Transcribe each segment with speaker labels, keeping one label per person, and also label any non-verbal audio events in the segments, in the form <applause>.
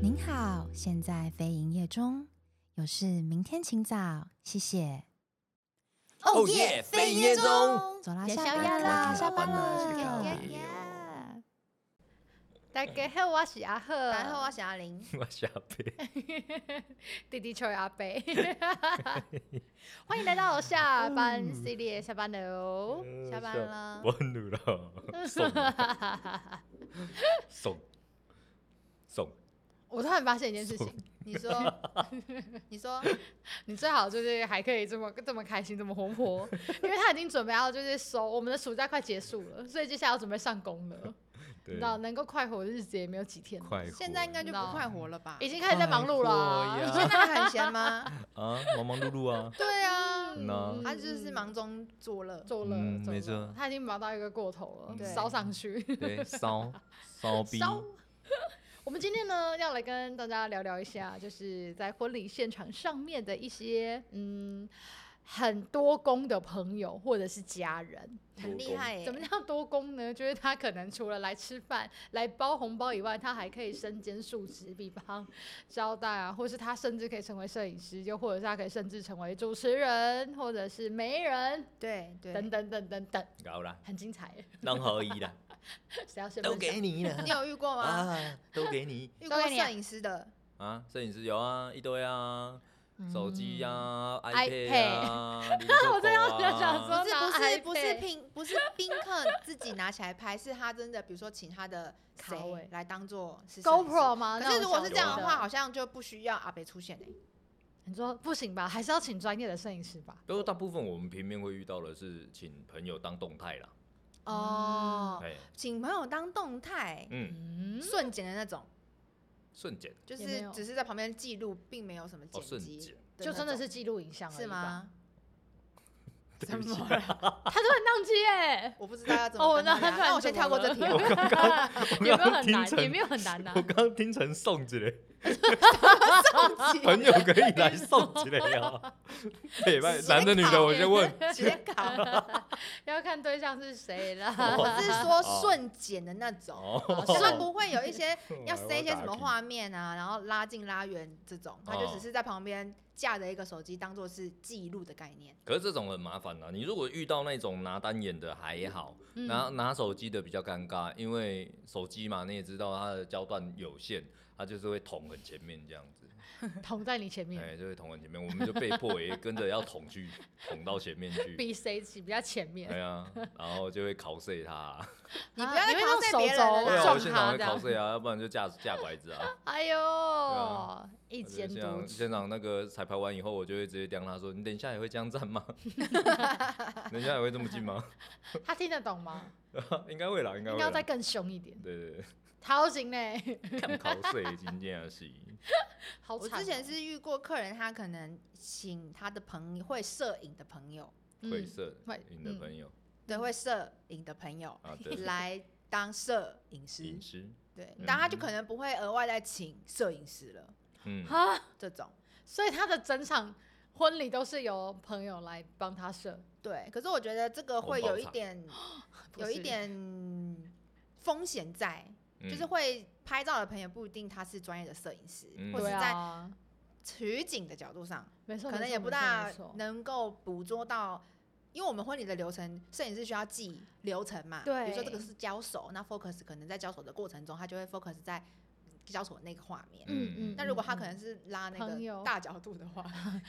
Speaker 1: 您好，现在非营业中，有事明天请早，谢谢。
Speaker 2: 哦耶，飞营业中。
Speaker 3: <laughs>
Speaker 1: 走啦，
Speaker 3: 嗯也
Speaker 1: 下
Speaker 3: 宵
Speaker 1: 班
Speaker 3: 夜
Speaker 1: 啦，
Speaker 3: 啦
Speaker 1: 下班
Speaker 3: 下班
Speaker 1: 了
Speaker 3: 啦。
Speaker 4: 大家好，我是阿赫，
Speaker 3: 然后我想要零，
Speaker 2: 我下
Speaker 3: 嗯
Speaker 2: 辈，
Speaker 4: 弟弟吹阿贝，欢迎来到下
Speaker 2: 嗯
Speaker 4: 班系列，下班了哦。
Speaker 3: 下班了
Speaker 2: 我努了，送了送送，
Speaker 4: <laughs> 我突然发现一件事情，
Speaker 3: 你说，
Speaker 2: <laughs>
Speaker 3: 你说，
Speaker 4: 你最好就是还可以这么这么开心，这么
Speaker 2: <laughs>
Speaker 4: 活泼，因为他已经准备要就是收我们的暑假快结束了，所以接下来要准备上工了。
Speaker 2: 对
Speaker 4: 你知，道能够快活的日子也没有几天了，
Speaker 2: 快活
Speaker 3: 现在应该就不
Speaker 4: 那
Speaker 3: 快活了吧？
Speaker 4: 已经开始在忙碌了
Speaker 2: 快
Speaker 4: <laughs> 啊。
Speaker 2: 活
Speaker 3: 现
Speaker 2: 呀嗯
Speaker 3: 在还很闲吗？
Speaker 2: 啊，忙忙碌碌啊，
Speaker 3: <laughs> 对啊，<laughs>
Speaker 2: 那
Speaker 3: 他就是忙中作乐。
Speaker 4: 做了，
Speaker 2: 嗯
Speaker 4: 做
Speaker 2: 没
Speaker 4: 了
Speaker 2: 错嗯
Speaker 4: 他已经忙到一个过头了，
Speaker 3: 对
Speaker 4: 烧上去。
Speaker 2: 对，骚骚逼，
Speaker 4: 骚 <laughs> 我们今天呢，要来跟大家聊聊一下，就是在婚礼现场上面的一些，嗯，很多功的朋友或者是家人。
Speaker 3: 很厉害耶
Speaker 4: 怎么叫多功呢？就是他可能除了来吃饭、来包红包以外，他还可以身兼数职，比方招待啊，或是他甚至可以成为摄影师，又或者是他可以甚至成为主持人，或者是媒人，
Speaker 3: 对对，
Speaker 4: 等等等等等，
Speaker 2: 搞啦，
Speaker 4: 很精彩。
Speaker 2: 任何一
Speaker 3: <laughs>
Speaker 2: 啦，
Speaker 4: 谁要先
Speaker 2: 都
Speaker 4: 分享
Speaker 2: 给你了
Speaker 3: 你有遇过吗？
Speaker 2: 啊，都给你
Speaker 3: 遇
Speaker 4: 都
Speaker 3: 过
Speaker 4: 给你啊
Speaker 3: 摄影师的，
Speaker 2: 啊，摄影师有啊，一堆啊。
Speaker 3: 嗯
Speaker 2: 手机呀、
Speaker 4: iPad
Speaker 3: <laughs>
Speaker 2: iPad 啊，零售
Speaker 4: 我真要
Speaker 2: 狗啊
Speaker 4: 想说
Speaker 3: 不是
Speaker 4: 拿
Speaker 3: 不是不是
Speaker 4: iPad
Speaker 3: 宾不是宾客自己拿起来拍，是他真的，比如说请他的
Speaker 4: 卡位
Speaker 3: 谁来当做是摄影师
Speaker 4: GoPro 吗？
Speaker 3: 可是如果是这样的
Speaker 4: 那种小
Speaker 3: 话，
Speaker 4: 的
Speaker 3: 好像就不需要阿北出现哎。
Speaker 4: 你说不行吧？还是要请专业的摄影师吧？
Speaker 2: 不过大部分我们平面会遇到的是请朋友当动态啦，
Speaker 3: 哦，
Speaker 2: 哎，
Speaker 3: 请朋友当动态，
Speaker 2: 嗯，
Speaker 4: 嗯，
Speaker 3: 瞬间的那种。
Speaker 2: 瞬间
Speaker 3: 就
Speaker 4: 也没
Speaker 3: 是
Speaker 4: 有
Speaker 3: 只是在旁边记录，并没有什么
Speaker 2: 哦，
Speaker 3: 剪
Speaker 2: 瞬
Speaker 3: 辑
Speaker 2: 间，
Speaker 3: 那
Speaker 4: 就真的
Speaker 3: 种
Speaker 4: 是记录影像而
Speaker 3: 是？
Speaker 4: 已吧
Speaker 3: <laughs> 吗？
Speaker 2: 对不起
Speaker 3: 怎么
Speaker 4: <laughs> 他突然宕机耶！
Speaker 3: 我不知道 <laughs> 要怎么
Speaker 4: 哦
Speaker 3: 跟大家
Speaker 4: 那
Speaker 3: 讲。
Speaker 4: 那
Speaker 3: 那我先跳过这题
Speaker 4: 怎么
Speaker 3: 了。
Speaker 2: <laughs>
Speaker 4: 也
Speaker 2: 我
Speaker 4: 没有
Speaker 2: 刚
Speaker 4: 很
Speaker 2: 听
Speaker 4: 难，
Speaker 2: 成
Speaker 4: 也没有
Speaker 2: <laughs>
Speaker 4: 很难呐、啊
Speaker 2: 我刚听成送之嘞，
Speaker 3: <laughs> 放弃
Speaker 2: 朋友可以来送之类
Speaker 3: <laughs>
Speaker 2: 啊，对吧？
Speaker 3: 直接
Speaker 2: 男的女的，
Speaker 3: 考
Speaker 2: 我先问，
Speaker 3: 直接搞，
Speaker 4: 要看对象是谁啦。
Speaker 3: 我是说
Speaker 2: 哦
Speaker 3: 瞬剪的那种，
Speaker 4: <laughs>
Speaker 2: 哦，
Speaker 3: 就是它不会有
Speaker 2: <laughs>
Speaker 3: 一些 <laughs> 要
Speaker 2: 我
Speaker 3: 塞一些
Speaker 2: 打
Speaker 3: 什么
Speaker 2: 屁
Speaker 3: 画面啊，然后拉近拉远这种，他就
Speaker 2: 哦
Speaker 3: 只是在旁边架着一个手机当做是记录的概念。
Speaker 2: 可是这种很麻烦啊，你如果遇到那种拿单眼的还好，
Speaker 4: 嗯
Speaker 2: 拿拿手机的比较尴尬，因为手机嘛，你也知道它的焦段有限，它就是会捅很前面这样子，
Speaker 4: 捅嗯在你前
Speaker 3: 嗯
Speaker 4: 面，
Speaker 2: 哎，就会捅很前面，我们就被迫也跟着要
Speaker 3: <laughs>
Speaker 2: 捅去，捅到前面去。
Speaker 4: 比谁比较前
Speaker 2: 哎
Speaker 4: 面。
Speaker 2: 呀，然后就会 cos 他、
Speaker 3: <laughs> 你不
Speaker 4: 啊
Speaker 3: 要再
Speaker 4: 你会用
Speaker 3: cos
Speaker 4: 手
Speaker 3: 别人了啦
Speaker 2: 对
Speaker 4: 肘
Speaker 2: 啊，我
Speaker 4: 撞
Speaker 2: 现场会
Speaker 4: 他这样
Speaker 2: cos 啊，要不然就架架拐子啊。
Speaker 4: 哎呦，
Speaker 2: 啊
Speaker 4: 一
Speaker 2: 就
Speaker 4: 监督
Speaker 2: 像现场那个彩排完以后，我就会直接刁他说：“你等一下也会这样站
Speaker 4: <laughs>
Speaker 2: 吗？等一下也会这么近吗？ <laughs>
Speaker 4: 他听得懂吗？
Speaker 2: 应该会啦，应该
Speaker 4: 应
Speaker 2: 会
Speaker 4: 该要
Speaker 2: 啦。
Speaker 4: 再更凶一点。
Speaker 2: 对对
Speaker 4: 陶行嘞， <laughs>
Speaker 2: 对，看考水今天的戏，
Speaker 4: 好
Speaker 3: 我
Speaker 4: 惨哦。
Speaker 3: 之前是遇过客人，他可能请他的朋友会摄影的朋友，
Speaker 2: 会
Speaker 4: <laughs> 嗯
Speaker 2: 社
Speaker 4: 会
Speaker 2: 你的
Speaker 4: 嗯
Speaker 2: 朋友
Speaker 3: 对，会摄影的朋友
Speaker 2: 啊，对，
Speaker 3: 来当摄影师
Speaker 2: 饮，食，
Speaker 3: 对
Speaker 2: 嗯，
Speaker 3: 但他就可能不会额外再请摄影师了，
Speaker 2: 嗯，
Speaker 4: 啊，
Speaker 3: 这种。
Speaker 4: 所以他的整场婚礼都是由朋友来帮他摄，
Speaker 3: 对，可是我觉得这个会有一
Speaker 2: <gasps>
Speaker 3: 点，
Speaker 4: 不
Speaker 3: 有
Speaker 4: 是
Speaker 3: 一点风险在，
Speaker 2: 嗯
Speaker 3: 就是会拍照的朋友不一定他是专业的摄影师，
Speaker 2: 嗯
Speaker 3: 或是
Speaker 4: 对
Speaker 3: 在
Speaker 4: 啊，
Speaker 3: 取景的角度上，
Speaker 4: 没错，
Speaker 3: 可能
Speaker 4: 没错
Speaker 3: 也不
Speaker 4: 没错
Speaker 3: 大
Speaker 4: 没错
Speaker 3: 能够捕捉到。因为我们婚礼的流程，摄影师需要记流程嘛，比如说这个
Speaker 4: 对
Speaker 3: 是交手，那 focus 可能在交手的过程中，他就会 focus 在交手的那个画面。
Speaker 2: 嗯嗯
Speaker 3: 那如果他可
Speaker 4: 嗯
Speaker 3: 能是拉那
Speaker 4: 朋友
Speaker 3: 个大角度的
Speaker 4: <laughs>
Speaker 3: 话，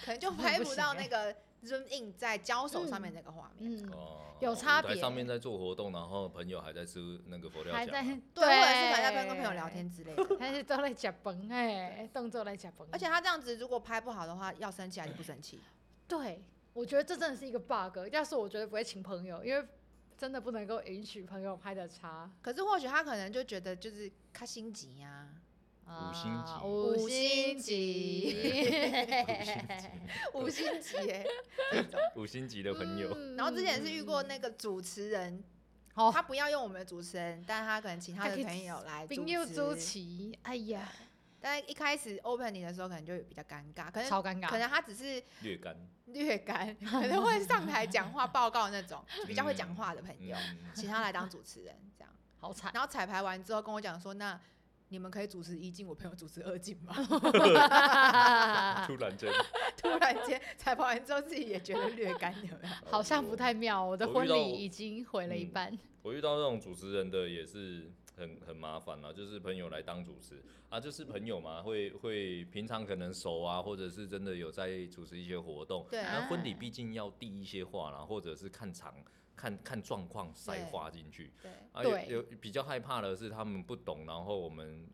Speaker 3: 可能就
Speaker 4: 那
Speaker 3: 拍
Speaker 4: 不
Speaker 3: 不
Speaker 4: 行
Speaker 3: 到
Speaker 4: 欸
Speaker 3: 那个 zoom in 在交手上面那个画面。
Speaker 4: 嗯，
Speaker 2: 哦
Speaker 4: 有差
Speaker 2: 舞台
Speaker 4: 别
Speaker 2: 上面在做活动，然后朋友还在吃那个佛跳
Speaker 4: 还
Speaker 2: 墙
Speaker 4: 在
Speaker 2: 啊，
Speaker 3: 对，或者是可能在跟跟朋友聊天，之类的。
Speaker 4: <laughs> 还是都在夹崩哎，动作在夹崩，
Speaker 3: 而且他这样子如果拍不好的话，要生气还是不生气？
Speaker 4: 对我觉得这真的是一个 bug，要是我觉得不会请朋友，因为真的不能够允许朋友拍的差，
Speaker 3: 可是或许他可能就觉得就是开心急啊呀，
Speaker 2: 五星级
Speaker 4: 啊五
Speaker 3: 五星
Speaker 4: 星 <laughs> 级，
Speaker 3: 级耶这种。
Speaker 2: 五星级的朋友，
Speaker 4: 嗯
Speaker 3: 然后之前是遇过那个主持人，
Speaker 4: 哦
Speaker 3: 他不要用我们的主持人，但是他可能请他
Speaker 4: 他可
Speaker 3: 的
Speaker 4: 以
Speaker 3: 朋友来主
Speaker 4: 冰柚周
Speaker 3: 持。
Speaker 4: 琦，哎呀，
Speaker 3: 但一开始 opening 的时候可能就比较尴尬，可能
Speaker 4: 超尴
Speaker 3: 哎可
Speaker 4: 尬，
Speaker 3: 能他只是
Speaker 2: 略干，
Speaker 3: 略干，可能会上台讲话报告那种，就比较会
Speaker 2: <laughs>
Speaker 3: 讲话的朋友，
Speaker 2: 嗯
Speaker 3: 请他来当主持人这样。 <laughs>
Speaker 4: 好惨，
Speaker 3: 然后彩排完之后跟我讲说，那你们可以主持一进，我朋友主持二进 <laughs> 吗？
Speaker 4: 啊
Speaker 2: 突然
Speaker 4: <laughs>
Speaker 2: 间，
Speaker 3: 突然间采访完之后，自己也觉得略干，有没有？
Speaker 4: 好像不太妙，我的
Speaker 2: 我
Speaker 4: 婚
Speaker 2: 遇到
Speaker 4: 礼已经毁了一
Speaker 2: 嗯
Speaker 4: 半。
Speaker 2: 我遇到这种主持人的也是很很麻烦啦，就是朋友来当主持啊，就是朋友嘛，会会平常可能熟啊，或者是真的有在主持一些活动。
Speaker 3: 对
Speaker 2: 那
Speaker 3: 啊，
Speaker 2: 婚礼毕竟要递一些话啦，或者是看场、看看状况塞话进去。
Speaker 3: <laughs> 对，
Speaker 2: 啊，
Speaker 4: 对
Speaker 2: 有有比较害怕的是他们不懂，然后我们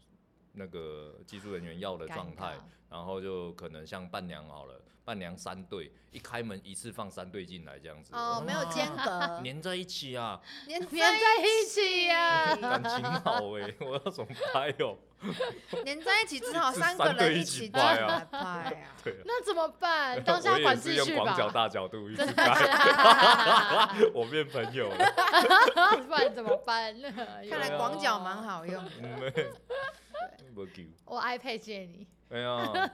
Speaker 2: 那个技术人员要的
Speaker 4: 尴
Speaker 2: 状态
Speaker 4: 尬，
Speaker 2: 然后就可能像伴娘好了，伴娘三对，一开门一次放三对进来这样子。
Speaker 3: 哦，
Speaker 2: 哇
Speaker 3: 没有间 <laughs> 隔，
Speaker 2: 粘在一起啊，
Speaker 3: 粘
Speaker 4: 粘
Speaker 3: 在啊
Speaker 4: 在一起啊
Speaker 2: <laughs>
Speaker 4: 呀、
Speaker 2: 感情好哎、 <laughs> 我要怎么拍哦、 <laughs>
Speaker 3: 粘在一起，只好
Speaker 2: 是
Speaker 3: 三个
Speaker 2: 三对
Speaker 3: 人
Speaker 2: 一
Speaker 3: 起
Speaker 2: 起
Speaker 3: 进
Speaker 2: 拜
Speaker 3: 来
Speaker 2: 啊
Speaker 3: 拜 <laughs> 啊。
Speaker 2: 对啊，
Speaker 4: 那怎么办？当
Speaker 2: <laughs>
Speaker 4: 下
Speaker 2: 我也
Speaker 4: 管
Speaker 2: 是
Speaker 4: 秩
Speaker 2: 用
Speaker 4: 序
Speaker 2: 广角
Speaker 4: 吧。
Speaker 2: 大角度一直
Speaker 4: 真的
Speaker 2: 拍， <laughs>
Speaker 4: 假
Speaker 2: 我变朋友了。
Speaker 4: <laughs> 不然怎么办 <laughs> 呢？
Speaker 3: 看来
Speaker 2: 对啊
Speaker 3: 广角蛮。好用的，
Speaker 2: 嗯，不救，
Speaker 4: 我 iPad 借你，
Speaker 2: 哎
Speaker 4: <laughs>
Speaker 2: 呀，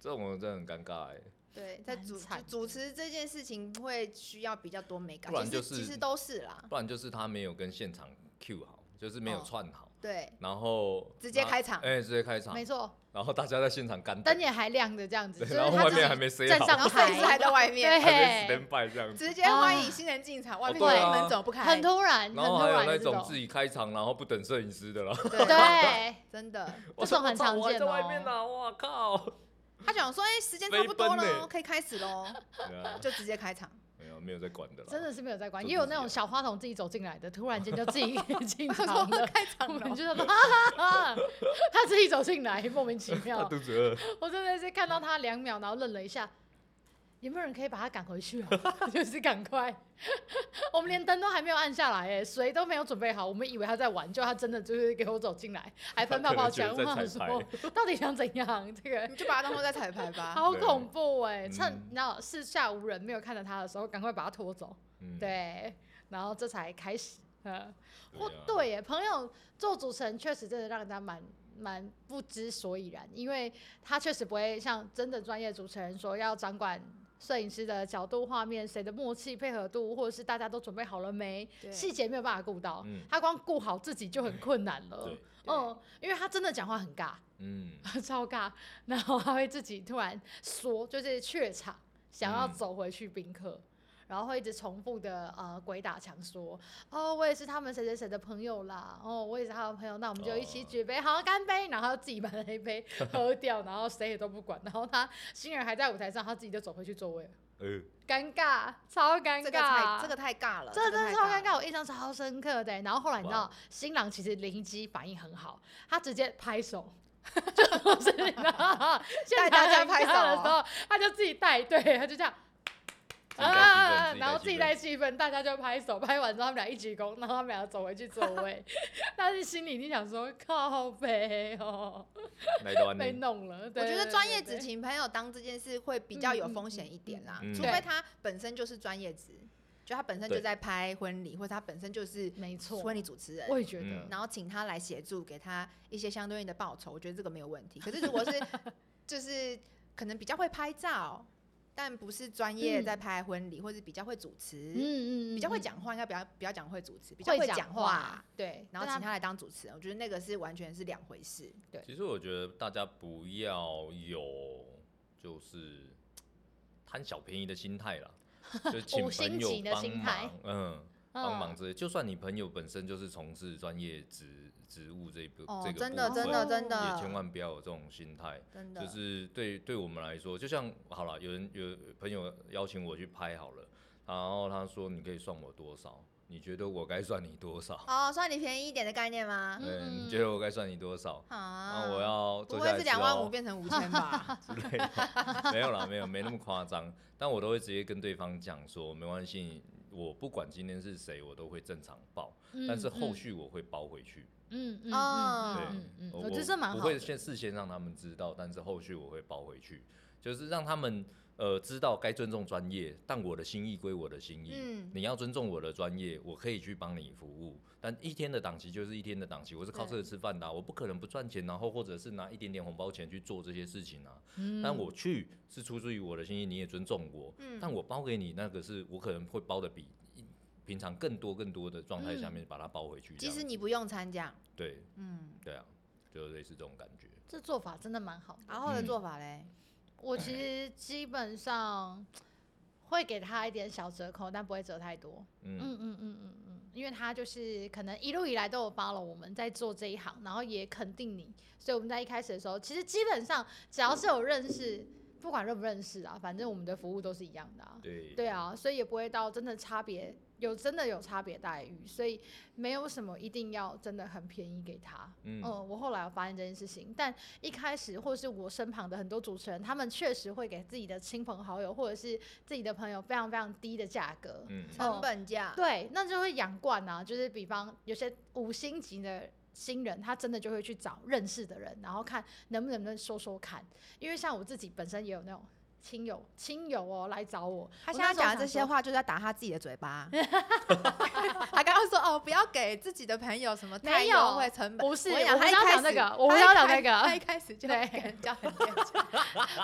Speaker 2: 这种真的很尴尬哎、
Speaker 3: <laughs> 对，在
Speaker 4: 蛮
Speaker 3: 主
Speaker 4: 惨的
Speaker 3: 主持这件事情会需要比较多美感，
Speaker 2: 不然
Speaker 3: 其
Speaker 2: 就
Speaker 3: 实其
Speaker 2: 是
Speaker 3: 实都是啦，
Speaker 2: 不然就是他没有跟现场 Q 好，就是没有
Speaker 3: 哦
Speaker 2: 串好，
Speaker 3: 对，
Speaker 2: 然后
Speaker 3: 直接
Speaker 2: 那
Speaker 3: 开场
Speaker 2: 哎、直接开场
Speaker 4: 没，错，
Speaker 2: 然后大家在现场干
Speaker 4: 灯也还亮着这样子，就
Speaker 2: 对
Speaker 4: 是
Speaker 2: 然后
Speaker 4: 他
Speaker 2: 外
Speaker 4: 自己
Speaker 2: 面还没塞
Speaker 4: 站
Speaker 2: 好，
Speaker 4: 上
Speaker 3: 然后摄影师还在外面，
Speaker 2: 还没
Speaker 4: 对
Speaker 2: stand，by 这样子，
Speaker 3: 直接欢迎新人进场，外面
Speaker 2: 哦对
Speaker 3: 的
Speaker 2: 啊
Speaker 3: 门走不开，
Speaker 4: <laughs> 很突然，很
Speaker 2: 然后
Speaker 4: 突
Speaker 2: 还有
Speaker 4: 然
Speaker 2: 那
Speaker 4: 的这
Speaker 2: 种自己开场然后不等摄影师的啦， <laughs>
Speaker 4: 对，
Speaker 3: 真的。
Speaker 4: 这种很常见哦
Speaker 2: 我还在外面呢、我
Speaker 4: <laughs>
Speaker 2: 靠，
Speaker 3: 他讲说，哎，时间差不多
Speaker 2: 飞奔
Speaker 4: 欸
Speaker 3: 了，
Speaker 2: 呢
Speaker 3: 可以开始
Speaker 4: <laughs>
Speaker 3: 喽，
Speaker 2: 对啊
Speaker 3: 就直接开场。
Speaker 2: 没有没有在管的啦，
Speaker 4: 真的是没有在管，
Speaker 2: 就
Speaker 4: 也有
Speaker 2: 自己
Speaker 4: 那种
Speaker 2: 啊
Speaker 4: 小花筒自己走进来的，突然间就自己 <laughs> 进
Speaker 3: 他说
Speaker 2: <laughs>
Speaker 4: 场了。
Speaker 3: 开场
Speaker 4: 我们
Speaker 3: 了， <laughs>
Speaker 4: 就说 <laughs> 啊，他自己走进来，莫名其
Speaker 2: 他
Speaker 4: 妙。
Speaker 2: 啊肚子饿，
Speaker 4: <laughs> 我真的是看到他两秒，然后愣了一下，有没有人可以把他赶回去啊？ <laughs> 就是赶快， <laughs> 我们连灯都还没有按下来，哎，水都没有准备好，我们以为他在玩，就他真的就是给我走进来，还喷泡泡枪，
Speaker 2: 他
Speaker 4: 我
Speaker 2: 可能
Speaker 4: 想
Speaker 2: 觉得在彩排
Speaker 4: 说 <laughs> 到底想怎样？这个
Speaker 2: <laughs>
Speaker 3: 你就把它当做在彩排吧。
Speaker 4: 好恐怖哎、趁
Speaker 2: 嗯
Speaker 4: 你知道四下无人没有看到他的时候，赶快把他拖走，
Speaker 2: 嗯，
Speaker 4: 对，然后这才开始，嗯，或
Speaker 2: 啊
Speaker 4: 对耶，朋友做主持人确实真的让人家蛮蛮不知所以然，因为他确实不会像真的专业主持人说要掌管摄影师的角度、画面、谁的默契、配合度，或者是大家都准备好了没，
Speaker 3: 对
Speaker 4: 细节没有办法顾到，
Speaker 2: 嗯
Speaker 4: 他光顾好自己就很困难了
Speaker 2: 对，，
Speaker 4: 嗯，因为他真的讲话很尬，
Speaker 2: 嗯，
Speaker 4: <laughs> 超尬，然后他会自己突然说，就是怯场，想要
Speaker 2: 嗯
Speaker 4: 走回去宾客。然后会一直重复的呃鬼打墙说，哦，我也是他们谁谁谁的朋友啦，哦，我也是他的朋友，那我们就一起
Speaker 2: 哦
Speaker 4: 举杯，好干杯，然后自己把那一杯 <laughs> 喝掉，然后谁也都不管，然后他新人还在舞台上，他自己就走回去座位了，
Speaker 2: 呃，
Speaker 4: 尴尬，超尴尬，
Speaker 3: 这个太这个太尬了，
Speaker 4: 这
Speaker 3: 个
Speaker 4: 啊真的
Speaker 3: 太
Speaker 4: 超
Speaker 3: 尬了。
Speaker 4: 尴尬，我印象超深刻的欸、然后后来你知道
Speaker 2: 哇，
Speaker 4: 新郎其实灵机反应很好，他直接拍手， <laughs> 就是你知道，
Speaker 3: 带大家
Speaker 4: 现场很
Speaker 3: 拍手
Speaker 4: 尬的
Speaker 3: 哦
Speaker 4: 时候，他就自己带队，他就这样。
Speaker 2: 自己带气氛
Speaker 4: 啊，
Speaker 2: 自己带
Speaker 4: 然后自
Speaker 2: 气
Speaker 4: 己
Speaker 2: 氛
Speaker 4: 带气氛，大家就拍手，拍完之后他们俩一鞠躬，然后他们俩走回去座位，但是心里一定想说靠背哦，
Speaker 2: <laughs> 来到
Speaker 4: 被
Speaker 2: 啊你，
Speaker 4: 弄了。
Speaker 3: 我
Speaker 4: 对
Speaker 3: 觉得
Speaker 4: 对
Speaker 3: 专
Speaker 4: 对
Speaker 3: 业
Speaker 4: 对
Speaker 3: 只请朋友当这件事会比较有风险一点啦，
Speaker 2: 嗯嗯嗯嗯
Speaker 3: 除
Speaker 4: 对
Speaker 3: 非他本身就是专业职，就他本身就
Speaker 2: 对
Speaker 3: 在拍婚礼，或者他本身就是
Speaker 4: 没错，
Speaker 3: 婚礼主持人
Speaker 4: 我。也觉得
Speaker 2: 嗯，
Speaker 3: 然后请他来协助，给他一些相对应的报酬，我觉得这个没有问题。可是如果 <laughs> 是就是可能比较会拍照，但不是专业
Speaker 4: 嗯
Speaker 3: 在拍婚礼，或者比较会主持，
Speaker 4: 嗯嗯，
Speaker 3: 比较会
Speaker 4: 嗯
Speaker 3: 讲话，应该比较比较讲会主持，比较
Speaker 4: 会
Speaker 3: 讲啊
Speaker 4: 话，对，
Speaker 3: 然后
Speaker 4: 但
Speaker 3: 请他来当主持人，我觉得那个是完全是两回事。
Speaker 2: 其实我觉得大家不要有就是贪小便宜的心态
Speaker 4: <laughs>
Speaker 2: 啦，就请
Speaker 4: 五星
Speaker 2: 朋
Speaker 4: 级
Speaker 2: 友
Speaker 4: 的心
Speaker 2: 帮
Speaker 4: 态
Speaker 2: 忙，嗯，帮
Speaker 4: 嗯
Speaker 2: 忙之类。就算你朋友本身就是从事专业职职务这一个、
Speaker 3: 哦
Speaker 2: 这，个
Speaker 3: 真的，
Speaker 2: 部
Speaker 3: 真
Speaker 2: 分
Speaker 3: 的，真的，
Speaker 2: 也千万不要有这种心态。
Speaker 3: 真的，
Speaker 2: 就是对对我们来说，就像好了，有人有朋友邀请我去拍好了，然后他说你可以算我多少，你觉得我该算你多
Speaker 3: <laughs>
Speaker 2: 少？
Speaker 3: 哦，算你便宜一点的概念吗？
Speaker 2: 嗯，
Speaker 4: 嗯
Speaker 2: 你觉得我该算你多少？
Speaker 3: 啊
Speaker 2: 那我要
Speaker 3: 不
Speaker 2: 坐下
Speaker 3: 会
Speaker 2: 来
Speaker 3: 是
Speaker 2: 吃
Speaker 3: 两万
Speaker 2: 哦
Speaker 3: 五变成五千
Speaker 2: <laughs>
Speaker 3: 吧？
Speaker 2: 之类的，没有啦，没有，没那么夸张。但我都会直接跟对方讲说，没关系，我不管今天是谁，我都会正常报，但是后
Speaker 4: 续。嗯
Speaker 2: 续我会包回去。
Speaker 4: 嗯嗯
Speaker 3: 哦
Speaker 4: 嗯嗯嗯嗯，我觉得这蛮
Speaker 2: 呃我
Speaker 4: 好
Speaker 2: 会
Speaker 4: 的。
Speaker 2: 先事先让他们知道，但是后续我会包回去，就是让他们呃知道该尊重专业，但我的心意归我的心意。
Speaker 3: 嗯
Speaker 2: 你要尊重我的专业，我可以去帮你服务，但一天的档期就是一天的档期，我是靠这个吃饭的啊、我不可能不赚钱，然后或者是拿一点点红包钱去做这些事情啊。
Speaker 4: 嗯
Speaker 2: 但我去是出自于我的心意，你也尊重我。
Speaker 3: 嗯
Speaker 2: 但我包给你那个是我可能会包的比平常
Speaker 4: 嗯
Speaker 2: 更多更多的状态下面把它包回去这
Speaker 3: 即
Speaker 2: 样子。
Speaker 3: 使你不用参加，
Speaker 2: 对
Speaker 3: 嗯，
Speaker 2: 对啊，就类似这种感觉。
Speaker 4: 这做法真的蛮好的。 <laughs>
Speaker 3: 然后的
Speaker 2: 嗯
Speaker 3: 做法嘞，
Speaker 4: 我其实基本上会给他一点小折扣，但不会折太多。嗯
Speaker 2: 嗯，
Speaker 4: 嗯嗯嗯嗯，因为他就是可能一路以来都有 follow 我们在做这一行，然后也肯定你，所以我们在一开始的时候，其实基本上只要是有认识，不管认不认识啊，反正我们的服务都是一样的啊。
Speaker 2: 对，
Speaker 4: 对啊，所以也不会到真的差别有真的有差别待遇，所以没有什么一定要真的很便宜给他。
Speaker 2: 嗯
Speaker 4: 嗯，我后来有发现这件事情，但一开始或是我身旁的很多主持人，他们确实会给自己的亲朋好友或者是自己的朋友非常非常低的价格。
Speaker 2: 嗯，
Speaker 3: 成本价，
Speaker 4: 对，那就会养惯啊，就是比方有些五星级的新人，他真的就会去找认识的人，然后看能不能说说看。因为像我自己本身也有那种亲友亲友哦来找我，
Speaker 3: 他
Speaker 4: 我
Speaker 3: 现在
Speaker 4: 那时候
Speaker 3: 讲的这
Speaker 4: 想
Speaker 3: 些
Speaker 4: 说
Speaker 3: 话就是要打他自己的嘴
Speaker 4: <laughs>
Speaker 3: 巴。 <laughs> 他刚刚说哦，不要给自己的朋友什么太
Speaker 4: 没有
Speaker 3: 优惠成本。
Speaker 4: 不是
Speaker 3: 我跟你讲
Speaker 4: 我不
Speaker 3: 他
Speaker 4: 是
Speaker 3: 一
Speaker 4: 要
Speaker 3: 开
Speaker 4: 讲
Speaker 3: 始
Speaker 4: 这个我不
Speaker 3: 他
Speaker 4: 是
Speaker 3: 一
Speaker 4: 要讲
Speaker 3: 开
Speaker 4: 这个
Speaker 3: 他一开始就
Speaker 4: <laughs> 对
Speaker 3: 给人家很严重，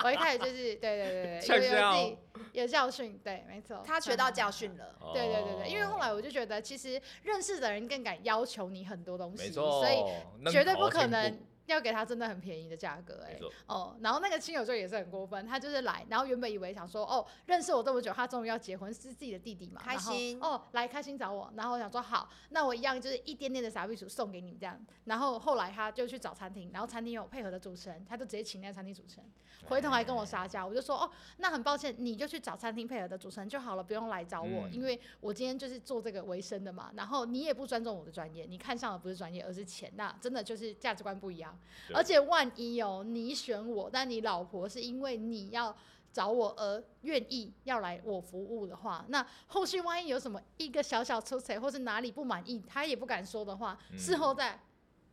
Speaker 4: 我一开始就是对对对
Speaker 2: <laughs> 呛
Speaker 4: 对，有有
Speaker 2: 笑
Speaker 4: 自己有教训，对，没错，嗯
Speaker 3: 他学到教训了。
Speaker 2: 哦
Speaker 4: <laughs> 对对对对，因为后来我就觉得，其实认识的人更敢要求你很多东
Speaker 2: 没
Speaker 4: 西，
Speaker 2: 错，
Speaker 4: 所以
Speaker 2: 嫩
Speaker 4: 绝对
Speaker 2: 头
Speaker 4: 不可
Speaker 2: 青
Speaker 4: 能要给他真的很便宜的价格、
Speaker 2: 没
Speaker 4: 哎，
Speaker 2: 错，
Speaker 4: 哦，然后那个亲友就也是很过分，他就是来，然后原本以为想说，哦，认识我这么久，他终于要结婚，是自己的弟弟嘛，
Speaker 3: 开
Speaker 4: 然后
Speaker 3: 心
Speaker 4: 哦，来开心找我，然后我想说好，那我一样就是一点点的傻逼鼠送给你们这样，然后后来他就去找餐厅，然后餐厅有配合的主持人，他就直接请那个餐厅主持人，回头还跟我撒娇，我就说哦，那很抱歉，你就去找餐厅配合的主持人就好了，不用来找我，
Speaker 2: 嗯
Speaker 4: 因为我今天就是做这个为生的嘛，然后你也不尊重我的专业，你看上的不是专业，而是钱，那真的就是价值观不一样。
Speaker 2: 对
Speaker 4: 而且万一哦，你选我，但你老婆是因为你要找我而愿意要来我服务的话，那后续万一有什么一个小小出彩，或是哪里不满意，他也不敢说的话，
Speaker 2: 嗯
Speaker 4: 事后在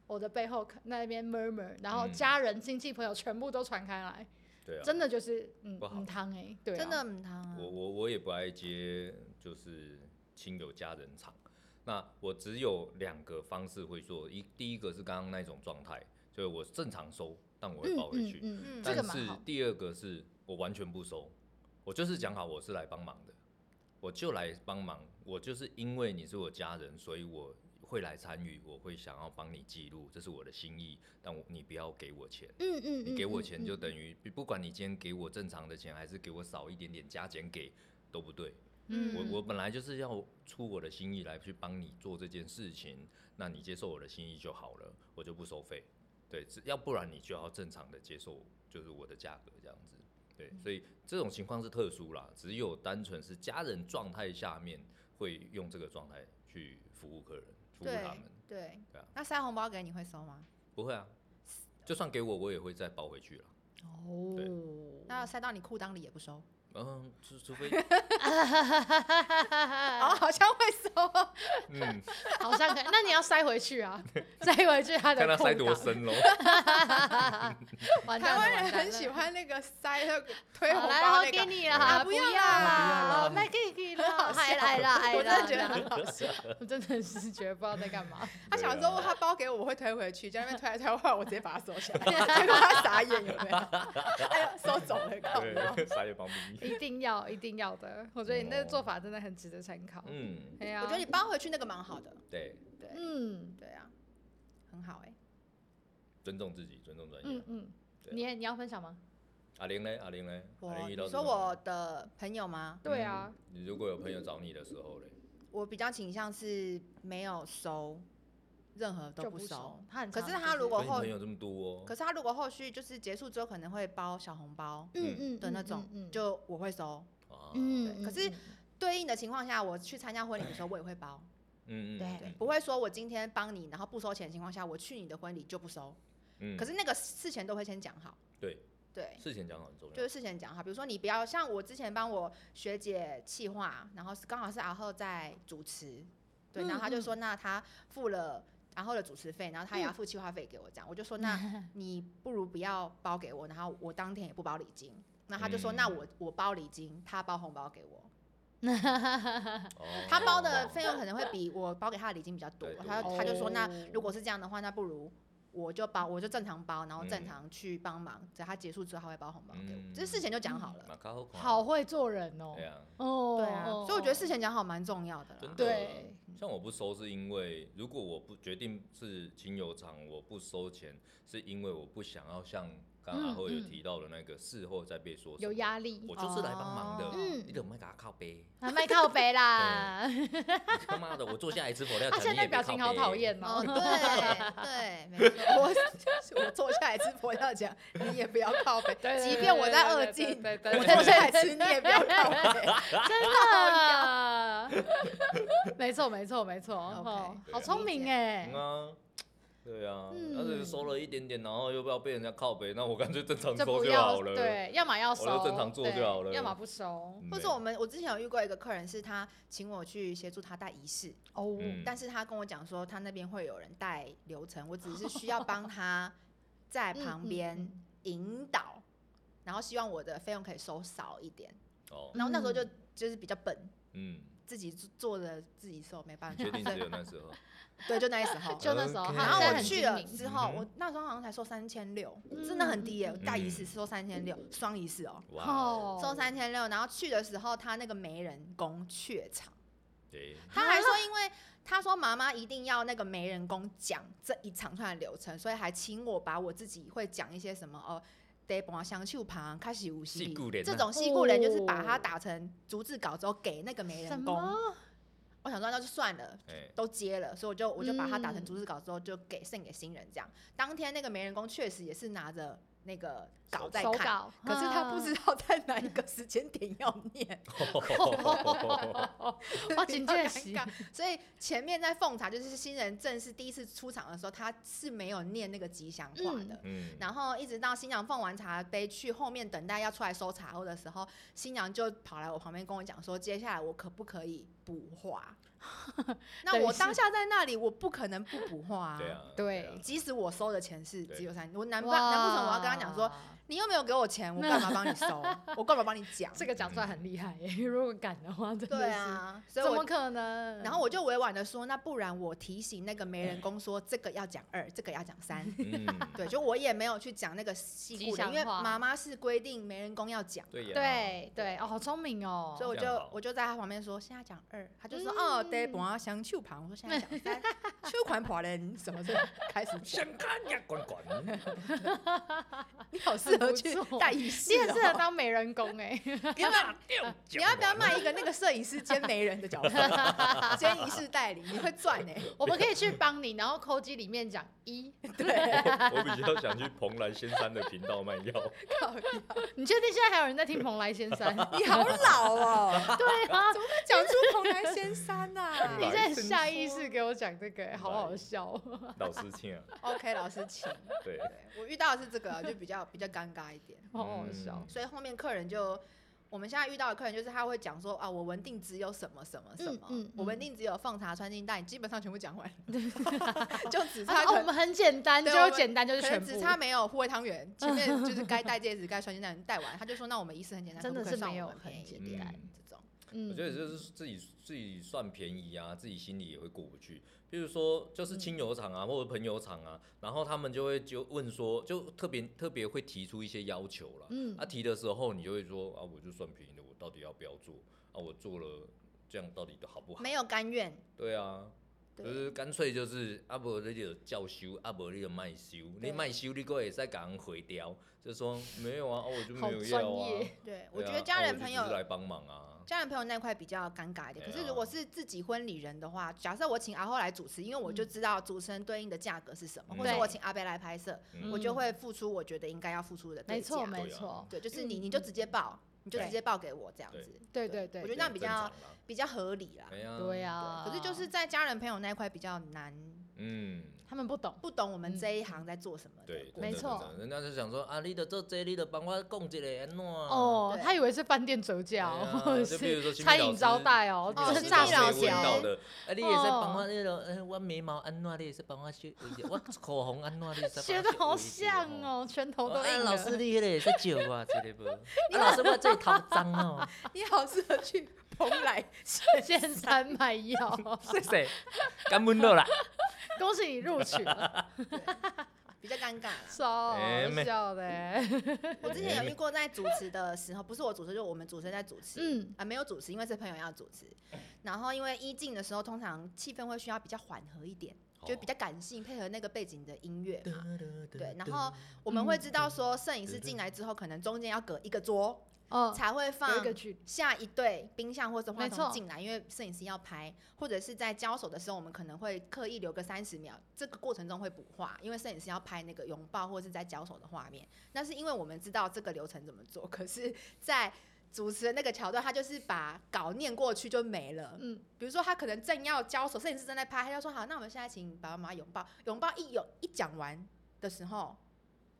Speaker 4: 我的背后那边 murmur，然后
Speaker 2: 嗯
Speaker 4: 家人、亲戚、朋友全部都传开来，
Speaker 2: 对啊，
Speaker 4: 真的就是嗯
Speaker 2: 不好
Speaker 4: 嗯汤哎，对啊、
Speaker 3: 真的很疼啊
Speaker 2: 我我我也不爱接，就是亲友家人场。那我只有两个方式会做，一第一个是刚刚那种状态，就是我正常收，但我会
Speaker 4: 嗯
Speaker 2: 报回去。
Speaker 4: 嗯嗯，
Speaker 3: 嗯
Speaker 4: 这
Speaker 2: 但
Speaker 4: 个蛮
Speaker 2: 是
Speaker 4: 好，
Speaker 2: 第二个是我完全不收，我就是讲好我是来帮忙的，我就来帮忙，我就是因为你是我家人，所以我会来参与，我会想要帮你记录，这是我的心意，但我你不要给我钱。
Speaker 4: 嗯嗯，
Speaker 2: 你给我钱就
Speaker 4: 嗯
Speaker 2: 等于，不管你今天给我正常的钱，还是给我少一点点加减给，都不对。
Speaker 4: 嗯 <laughs>
Speaker 2: 我我本来就是要出我的心意来去帮你做这件事情，那你接受我的心意就好了，我就不收费。对，只要不然你就要正常的接受就是我的价格这样子。对，所以这种情况是特殊啦，只有单纯是家人状态下面会用这个状态去服务客人，服务
Speaker 3: 对
Speaker 2: 他们。
Speaker 3: 对
Speaker 2: 对啊，
Speaker 3: 那塞红包给你会收吗？
Speaker 2: 不会啊，就算给我，我也会再包回去了。对
Speaker 4: 哦，
Speaker 3: 那塞到你裤裆里也不收？
Speaker 2: 嗯，除除
Speaker 4: <laughs>
Speaker 2: 非，
Speaker 4: 啊
Speaker 3: 哦，好像会收哦。
Speaker 2: 嗯，
Speaker 4: 好像可以，那你要塞回去
Speaker 2: <laughs>
Speaker 4: 啊，塞回去他的
Speaker 2: 看他
Speaker 4: 空
Speaker 2: 塞
Speaker 4: 档。
Speaker 2: 多深
Speaker 4: <laughs>
Speaker 2: 喽。
Speaker 3: 台
Speaker 4: 完蛋了
Speaker 3: 湾
Speaker 4: 完
Speaker 3: 人
Speaker 4: 蛋
Speaker 3: 很
Speaker 4: 了
Speaker 3: 喜欢那个塞那
Speaker 4: <laughs>
Speaker 3: 个推红
Speaker 4: 好哦啦
Speaker 3: 包
Speaker 4: 好
Speaker 3: 那
Speaker 4: 给
Speaker 3: 个，
Speaker 4: 你了
Speaker 3: 啊
Speaker 4: 啦，
Speaker 3: 不要啦
Speaker 4: 啦，卖给你了，还来啦，还
Speaker 3: 我真的觉得
Speaker 4: 啦
Speaker 3: 很好笑。
Speaker 4: 我真的是觉得不知道在干嘛。
Speaker 3: 他想
Speaker 2: 啊
Speaker 3: 说他包给我，我会推回去，在那边推来推去，后来我直接把它收起来， <laughs> 结果他傻眼有没 <laughs> 有？哎呦，收走了，靠腰！
Speaker 2: 对，啥也帮不你。
Speaker 4: 一定要，一定要的。我觉得你那个做法真的很值得参考。
Speaker 2: 嗯，
Speaker 4: 对呀，
Speaker 3: 我觉得你包回去那个蛮好的，
Speaker 2: 对，
Speaker 3: 对
Speaker 4: 嗯
Speaker 3: 对啊，很好哎。
Speaker 2: 尊重自己，尊重专业。
Speaker 4: 嗯嗯，
Speaker 2: 对啊
Speaker 4: 你也你要分享吗？
Speaker 2: 阿玲嘞，阿玲嘞，
Speaker 3: 我
Speaker 2: 阿玲遇
Speaker 3: 你
Speaker 2: 到这
Speaker 3: 说
Speaker 2: 种
Speaker 3: 我的朋友吗？
Speaker 4: 对啊，
Speaker 2: 嗯你如果有朋友找你的时候嘞，
Speaker 3: 我比较倾向是没有收，任何都
Speaker 4: 就
Speaker 3: 不收。，
Speaker 4: 他很
Speaker 3: 可
Speaker 4: 常
Speaker 3: 是
Speaker 4: 就
Speaker 3: 他如果
Speaker 2: 可是你
Speaker 3: 后
Speaker 2: 朋友这么多、哦，
Speaker 3: 可是他如果后续就是结束之后，可能会包小红包
Speaker 4: 嗯嗯
Speaker 3: 的那种，
Speaker 4: 嗯嗯
Speaker 3: 就我会收。
Speaker 2: 啊，嗯
Speaker 4: 嗯，
Speaker 3: 对可是对应的情况下，我去参加婚礼的时候，我也会包。
Speaker 2: 嗯，
Speaker 4: 对
Speaker 3: 对
Speaker 2: 嗯，
Speaker 3: 不会说我今天帮你，然后不收钱的情况下，我去你的婚礼就不收。
Speaker 2: 嗯，
Speaker 3: 可是那个事前都会先讲好。
Speaker 2: 对
Speaker 3: 对，
Speaker 2: 事前讲好很重要，
Speaker 3: 就是事前讲好，比如说你不要像我之前帮我学姐企划，然后是刚好是阿赫在主持，对，
Speaker 4: 嗯嗯
Speaker 3: 然后他就说那他付了阿赫的主持费，然后他也要付企划费给我，这样我就说那
Speaker 4: <laughs>
Speaker 3: 你不如不要包给我，然后我当天也不包礼金，那他就说
Speaker 2: 嗯
Speaker 3: 那我我包礼金，他包红包给我，
Speaker 2: 哦
Speaker 3: 他包的费用可能会比我包给他的礼金比较多
Speaker 2: 对，
Speaker 3: 他
Speaker 2: 对
Speaker 3: 他就说那
Speaker 4: 哦
Speaker 3: 如果是这样的话，那不如我就包，我就正常包，然后正
Speaker 2: 嗯
Speaker 3: 常去帮忙。只要他结束之后，他会包红包给我，
Speaker 2: 嗯
Speaker 3: 这事前就讲好了。
Speaker 2: 马卡后款
Speaker 4: 好，会做人哦
Speaker 2: 对。啊，
Speaker 4: 哦，
Speaker 3: 对啊，
Speaker 4: 哦
Speaker 3: 所以我觉得事前讲好蛮重要的
Speaker 2: 真的
Speaker 3: 啦。
Speaker 4: 对，
Speaker 2: 像我不收是因为，如果我不决定是精油厂，我不收钱，是因为我不想要像刚刚阿后有
Speaker 4: 嗯嗯
Speaker 2: 提到的那个事后再被说什
Speaker 4: 有
Speaker 2: 么
Speaker 4: 压力。
Speaker 2: 哦我就是来帮忙的，
Speaker 4: 嗯
Speaker 2: 你怎么给他靠背？
Speaker 4: 啊，卖靠北啦！
Speaker 2: 你他妈的，我坐下来吃佛跳
Speaker 4: 他
Speaker 2: 墙，
Speaker 4: 现
Speaker 2: 你也
Speaker 4: 在
Speaker 2: 别
Speaker 4: 表
Speaker 2: 靠
Speaker 4: 情
Speaker 2: 背
Speaker 4: 好讨。厌
Speaker 3: 哦，
Speaker 4: <laughs> 哦。
Speaker 3: 对对，没错， <laughs> 我我坐下来吃佛跳墙，你也不要靠背，
Speaker 4: 对
Speaker 3: 即便我在二
Speaker 4: 对对
Speaker 3: 进，
Speaker 4: 对对对
Speaker 3: 我坐下 <laughs> 来吃，你也不要靠背。
Speaker 4: 真的， <laughs> 没错没错没错，哦
Speaker 3: OK，
Speaker 4: 好聪明
Speaker 2: 嗯
Speaker 4: 哎，
Speaker 2: 啊，对啊，
Speaker 4: 嗯
Speaker 2: 但是收了一点点，然后又不要被人家靠背，那我干脆正常
Speaker 4: 这
Speaker 2: 收
Speaker 4: 不
Speaker 2: 就
Speaker 4: 要
Speaker 2: 好了。，
Speaker 4: 对，要么要
Speaker 2: 我
Speaker 4: 收，
Speaker 2: 就正常做就好了
Speaker 4: 对要么不收
Speaker 2: 嗯
Speaker 3: 或者我们，我之前有遇过一个客人，是他请我去协助他带仪式，
Speaker 4: 哦。
Speaker 2: 嗯
Speaker 3: 但是他跟我讲说，他那边会有人带流程，我只是需要
Speaker 4: <laughs>
Speaker 3: 帮他在旁
Speaker 4: 嗯
Speaker 3: 边
Speaker 4: 嗯
Speaker 3: 引导，然后希望我的费用可以收少一点。
Speaker 2: 哦，
Speaker 3: 然后那时候就
Speaker 4: 嗯
Speaker 3: 就是比较笨，
Speaker 2: 嗯，
Speaker 3: 自己做做的自己收，没办法。 <laughs>
Speaker 2: 确定只有那时
Speaker 4: <laughs>
Speaker 2: 候，
Speaker 3: 对，就那时候。
Speaker 4: 就那时候，
Speaker 2: OK
Speaker 3: 然
Speaker 4: 他
Speaker 3: 后
Speaker 4: 现在
Speaker 3: 我
Speaker 4: 很
Speaker 3: 去
Speaker 4: 精
Speaker 3: 了
Speaker 2: <laughs>
Speaker 4: 明，
Speaker 3: 之后，
Speaker 2: 嗯哼
Speaker 3: 我那时候好像才收三千六，
Speaker 4: 嗯
Speaker 3: 真的很低耶！
Speaker 4: 嗯
Speaker 2: 嗯
Speaker 3: 带一次收三千六，双一次哦，
Speaker 2: 哇哦，
Speaker 4: 哦，
Speaker 3: 收三千六。然后去的时候，他那个媒人工怯场，
Speaker 2: 对，
Speaker 3: 他还说，因为他说妈妈一定要那个媒人工讲这一长串的流程，所以还请我把我自己会讲一些什么哦。得把香秀旁开始无锡
Speaker 2: 戏骨人啊
Speaker 3: 这种戏故人就是把它
Speaker 4: 哦
Speaker 3: 打成逐字稿之后给那个媒
Speaker 4: 什
Speaker 3: 人工。
Speaker 4: 么？
Speaker 3: 我想说那就算了，
Speaker 4: <laughs>
Speaker 2: 哎，
Speaker 3: 都接了，所以我就我就把它打成
Speaker 4: 嗯
Speaker 3: 逐字稿之后，就给剩给新人这样。当天那个媒人工确实也是拿着那个稿在
Speaker 4: 手
Speaker 3: 看，
Speaker 4: 稿，啊
Speaker 3: 可是他不知道在哪一个时间点要念，
Speaker 4: 道。 <laughs> 哇，
Speaker 3: 比
Speaker 4: 警
Speaker 3: 较
Speaker 4: 戒
Speaker 3: 尴
Speaker 4: 席
Speaker 3: 尬。所以前面在奉茶就是新人正式第一次出场的时候，他是没有念那个吉祥话的。
Speaker 2: 嗯，
Speaker 3: 然后一直到新娘奉完茶杯去后面等待要出来收茶后的时候，新娘就跑来我旁边跟我讲说，接下来我可不可以补
Speaker 4: <laughs>
Speaker 3: 画？那
Speaker 4: 等于
Speaker 3: 我
Speaker 4: 是
Speaker 3: 当下在那里，我不可能不补画啊。
Speaker 2: 对啊，
Speaker 4: 对
Speaker 2: 啊
Speaker 3: 即使我收的钱是
Speaker 2: 对
Speaker 3: 只有三，我难不难不成我要跟他讲说，
Speaker 4: 哇，
Speaker 3: 你又没有给我钱，我干嘛帮你
Speaker 4: <laughs>
Speaker 3: 收？我干嘛帮你讲？
Speaker 4: 这个讲出来很厉害耶， <laughs> 如果敢的话，真的
Speaker 3: 对
Speaker 4: 是，
Speaker 3: 啊，所以
Speaker 4: 怎
Speaker 3: 我
Speaker 4: 么可能？
Speaker 3: 然后我就委婉的说，那不然我提醒那个媒人工说，这个要讲二，这个要讲三。 <laughs>
Speaker 4: <laughs>
Speaker 2: 嗯，
Speaker 3: 对，就我也没有去讲那个细
Speaker 4: 吉
Speaker 3: 故的，
Speaker 4: 祥
Speaker 3: 因为
Speaker 4: 话
Speaker 3: 妈妈是规定媒人工要讲，
Speaker 2: 对呀，
Speaker 4: 对对哦，好聪明哦，
Speaker 3: 所以我
Speaker 2: 这样
Speaker 3: 就
Speaker 2: 好
Speaker 3: 我就在他旁边说，现在讲二，他就说、
Speaker 4: 嗯
Speaker 3: 哦，对，本要想秋盘，我说现在讲三，秋款跑人什么的，开始讲，
Speaker 2: 想看呀，管管， <laughs>
Speaker 3: <laughs> 你好适合
Speaker 4: 很不
Speaker 3: 去
Speaker 4: 错
Speaker 3: 带仪式、
Speaker 4: 你
Speaker 3: 哦，
Speaker 4: 很适合
Speaker 3: <laughs>
Speaker 4: 当美人工哎， <laughs>
Speaker 2: 给他掉，
Speaker 3: 你要不要卖一个那个摄影师兼媒人的 <laughs> 角色，兼仪式代理？你会赚哎、 <laughs>
Speaker 4: 我们可以去帮你，然后扣机里面讲一，
Speaker 2: 我我比较想去蓬莱仙山的频道卖药，
Speaker 4: 你确定现在还有人在听蓬莱仙
Speaker 2: <laughs>
Speaker 4: 山？
Speaker 3: 你好老哦，
Speaker 4: 对
Speaker 3: <laughs>
Speaker 4: 啊，
Speaker 3: 怎么会讲出蓬莱仙山啊
Speaker 4: <laughs>
Speaker 3: 哦呐、
Speaker 4: 你
Speaker 2: 来
Speaker 4: 在
Speaker 2: 先
Speaker 4: 下意识给我讲这个欸，好好笑 <laughs> 哦。
Speaker 2: 老师请啊，
Speaker 3: OK，老师请。
Speaker 2: 对，
Speaker 3: 对我遇到的是这个，就比较比较尴尬一点，
Speaker 4: 好好笑
Speaker 2: 嗯。
Speaker 3: 所以后面客人就。我们现在遇到的客人就是他会讲说啊，我文定只有什么什么什么，
Speaker 4: 嗯嗯嗯
Speaker 3: 我文定只有放茶穿金戴，基本上全部讲完了，
Speaker 4: <laughs>
Speaker 3: 就
Speaker 2: 嗯
Speaker 3: 只
Speaker 4: 他
Speaker 3: 差
Speaker 4: 说哦，
Speaker 3: 可
Speaker 4: 我们很简单，
Speaker 3: 对
Speaker 4: 就
Speaker 3: 我们
Speaker 4: 简单就是
Speaker 3: 可
Speaker 4: 全
Speaker 3: 能
Speaker 4: 部，
Speaker 3: 只差没有护卫汤圆，前面就是该戴戒指、该穿金戴戴完，他就说那我们仪式很简单，
Speaker 4: 真的
Speaker 3: 可不可以
Speaker 4: 是
Speaker 3: 算
Speaker 4: 没
Speaker 3: 我
Speaker 4: 有
Speaker 3: 们
Speaker 4: 很
Speaker 3: 便宜
Speaker 4: 简
Speaker 3: 一点
Speaker 2: 单
Speaker 3: 这种。
Speaker 4: 嗯
Speaker 2: 我觉得就是自己自己算便宜啊，自己心里也会过不去。比如说，
Speaker 3: 嗯
Speaker 2: 就是亲友厂啊，或者朋友厂啊，然后他们就会就问说，就特别特别会提出一些要求啦。
Speaker 4: 嗯
Speaker 2: 啊，提的时候你就会说啊，我就算便宜的，我到底要不要做？啊，我做了，这样到底好不好？
Speaker 3: 没有甘愿，
Speaker 2: 对啊，就
Speaker 3: 对，
Speaker 2: 是干脆就是啊，无你就照修，啊无你就卖修，你
Speaker 3: 对
Speaker 2: 卖修你个也再人毁掉，就说没有啊，哦我就没
Speaker 4: 好
Speaker 2: 有
Speaker 4: 专
Speaker 2: 要啊。
Speaker 4: 业
Speaker 3: 对我
Speaker 2: 对啊
Speaker 3: 觉得家
Speaker 2: 啊
Speaker 3: 人
Speaker 2: 就
Speaker 3: 朋
Speaker 2: 只
Speaker 3: 友、
Speaker 2: 是来帮忙啊，
Speaker 3: 家人朋友那块比较尴尬一点。可
Speaker 2: 对
Speaker 3: 是
Speaker 2: 啊
Speaker 3: 如果是自己婚礼人的话，假设我请阿后来主持，因为我
Speaker 4: 嗯
Speaker 3: 就知道主持人对应的价格是什么，
Speaker 2: 嗯
Speaker 3: 或者
Speaker 4: 对
Speaker 3: 我请阿贝来拍摄，
Speaker 2: 嗯
Speaker 3: 我就会付出我觉得应该要付出的代
Speaker 4: 没
Speaker 3: 价
Speaker 4: 错。没
Speaker 2: 对啊
Speaker 4: 错，
Speaker 3: 对，就是你
Speaker 4: 嗯
Speaker 3: 你就直接报，你就
Speaker 4: 对
Speaker 3: 直接报给我这样子。
Speaker 4: 对对对
Speaker 3: 我觉得那样比
Speaker 2: 正常
Speaker 3: 较
Speaker 2: 啦
Speaker 3: 比较合理啦。
Speaker 2: 哎呀，
Speaker 4: 对啊
Speaker 2: 呀，
Speaker 4: 呀。
Speaker 3: 可是就是在家人朋友那一块比较难，
Speaker 2: 嗯，
Speaker 4: 他们不懂，
Speaker 3: 不懂我们这一行在做什么的
Speaker 2: 对，
Speaker 3: 过
Speaker 2: 真的
Speaker 4: 没
Speaker 3: 程。
Speaker 4: 错
Speaker 2: 真的人家就想说啊，你的做这，你的帮我供一个安怎啊？
Speaker 4: 哦，
Speaker 3: 对
Speaker 4: 他以为是饭店折
Speaker 2: 对
Speaker 4: 价哦，
Speaker 2: 啊，
Speaker 4: 或 <laughs> 者
Speaker 2: 就比如
Speaker 4: 是
Speaker 2: 说新
Speaker 4: 餐
Speaker 2: 密老
Speaker 4: 饮
Speaker 2: 师
Speaker 4: 招待哦，
Speaker 3: 哦
Speaker 4: 这
Speaker 3: 新
Speaker 4: 是
Speaker 3: 密
Speaker 4: 炸
Speaker 3: 大
Speaker 4: 水
Speaker 3: 老师
Speaker 4: <laughs>
Speaker 2: 水
Speaker 4: 饺
Speaker 2: 闻到的，啊，你也是
Speaker 4: 哦
Speaker 2: 帮我那个，哎，我眉毛安怎，你也是帮我修，我口红安怎，你也是帮我
Speaker 4: 学的好
Speaker 2: 修一下
Speaker 4: 像。哦，拳头都
Speaker 2: 哦啊
Speaker 4: <laughs> 硬
Speaker 2: 老
Speaker 4: 了。
Speaker 2: 师你迄个说借我一个无？啊，老师我最头脏
Speaker 4: <laughs>
Speaker 2: 哦，
Speaker 3: 你好适合去蓬莱，
Speaker 4: 仙山
Speaker 2: <laughs>
Speaker 4: 卖药，
Speaker 2: 谢谢，感恩到啦。 <laughs>
Speaker 4: 恭喜你录取了。
Speaker 3: 对比较尴尬啦。
Speaker 4: 超
Speaker 2: 哎
Speaker 4: 好
Speaker 2: 妹
Speaker 4: 笑的欸、
Speaker 3: 我之前有遇过在主持的时候，不是我主持，就我们主持人在主持，
Speaker 4: 嗯
Speaker 3: 啊没有主持，因为是朋友要主
Speaker 4: <laughs>
Speaker 3: 持。然后因为一进的时候，通常气氛会需要比较缓和一点，就
Speaker 2: 哦
Speaker 4: 哦
Speaker 3: 比较感性，配合那个背景的音乐嘛。对，然后我们会知道
Speaker 4: 嗯
Speaker 3: 说，摄影师进来之后，可能中间要隔一个桌
Speaker 4: 哦，
Speaker 3: 才会放
Speaker 4: 有一个距离，
Speaker 3: 下一对冰箱或者话
Speaker 4: 没错嗯
Speaker 3: 筒进来，因为摄影师要拍，或者是在交手的时候，我们可能会刻意留个三十秒，这个过程中会补画，因为摄影师要拍那个拥抱或者是在交手的画面。那是因为我们知道这个流程怎么做，可是，在主持的那个桥段，他就是把稿念过去就没了。
Speaker 4: 嗯，
Speaker 3: 比如说，他可能正要交手，摄影师正在拍，他就说好，那我们现在请爸爸妈妈拥抱。拥抱一有一讲完的时候，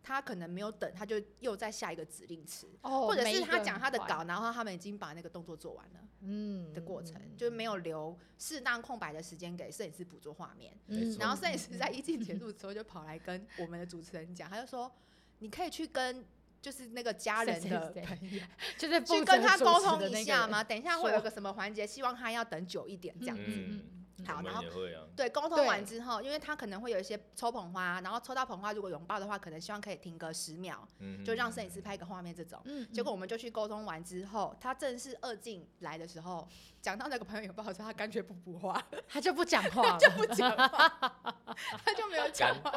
Speaker 3: 他可能没有等，他就又在下一个指令词。
Speaker 4: 哦，
Speaker 3: 或者
Speaker 4: 每
Speaker 3: 是
Speaker 4: 一
Speaker 3: 他
Speaker 4: 个
Speaker 3: 讲他的
Speaker 4: 环，
Speaker 3: 稿，然后他们已经把那个动作做完了
Speaker 4: 嗯
Speaker 3: 的过程，
Speaker 4: 嗯
Speaker 3: 就是没有留适当空白的时间给摄影师捕捉画面。
Speaker 2: 没
Speaker 4: 嗯
Speaker 2: 错
Speaker 3: 然后摄影师在一镜结束之后，就跑来跟我们的主持人讲，他就说：“你可以去跟就是那个家人的
Speaker 4: 谁谁谁
Speaker 3: 朋友
Speaker 4: <laughs> 就是
Speaker 3: 去
Speaker 4: 不
Speaker 3: 跟
Speaker 4: 成
Speaker 3: 他
Speaker 4: 熟
Speaker 3: 沟
Speaker 4: 识
Speaker 3: 通
Speaker 4: 的
Speaker 3: 一
Speaker 4: 那个
Speaker 3: 下
Speaker 4: 人？
Speaker 3: 嘛，等一下会
Speaker 4: 说
Speaker 3: 有个什么环节，希望他要等久一点这样。”
Speaker 4: 嗯嗯
Speaker 3: 好
Speaker 2: 我
Speaker 3: 然
Speaker 2: 们
Speaker 3: 后
Speaker 2: 也会啊，
Speaker 3: 对，沟通
Speaker 4: 对
Speaker 3: 完之后，因为他可能会有一些抽捧花，然后抽到捧花，如果拥抱的话，可能希望可以停个十秒，
Speaker 2: 嗯
Speaker 3: 就让摄影师拍个画面这种。
Speaker 4: 嗯，嗯
Speaker 3: 结果我们就去沟通完之后，他正式二进来的时候，讲到那个朋友有报的时候，他干脆不补 <laughs> 话，
Speaker 4: 嗯他就不讲话
Speaker 3: <laughs>
Speaker 2: <laughs>
Speaker 4: 了，
Speaker 3: 就不讲话，他就没有讲 <laughs> 话，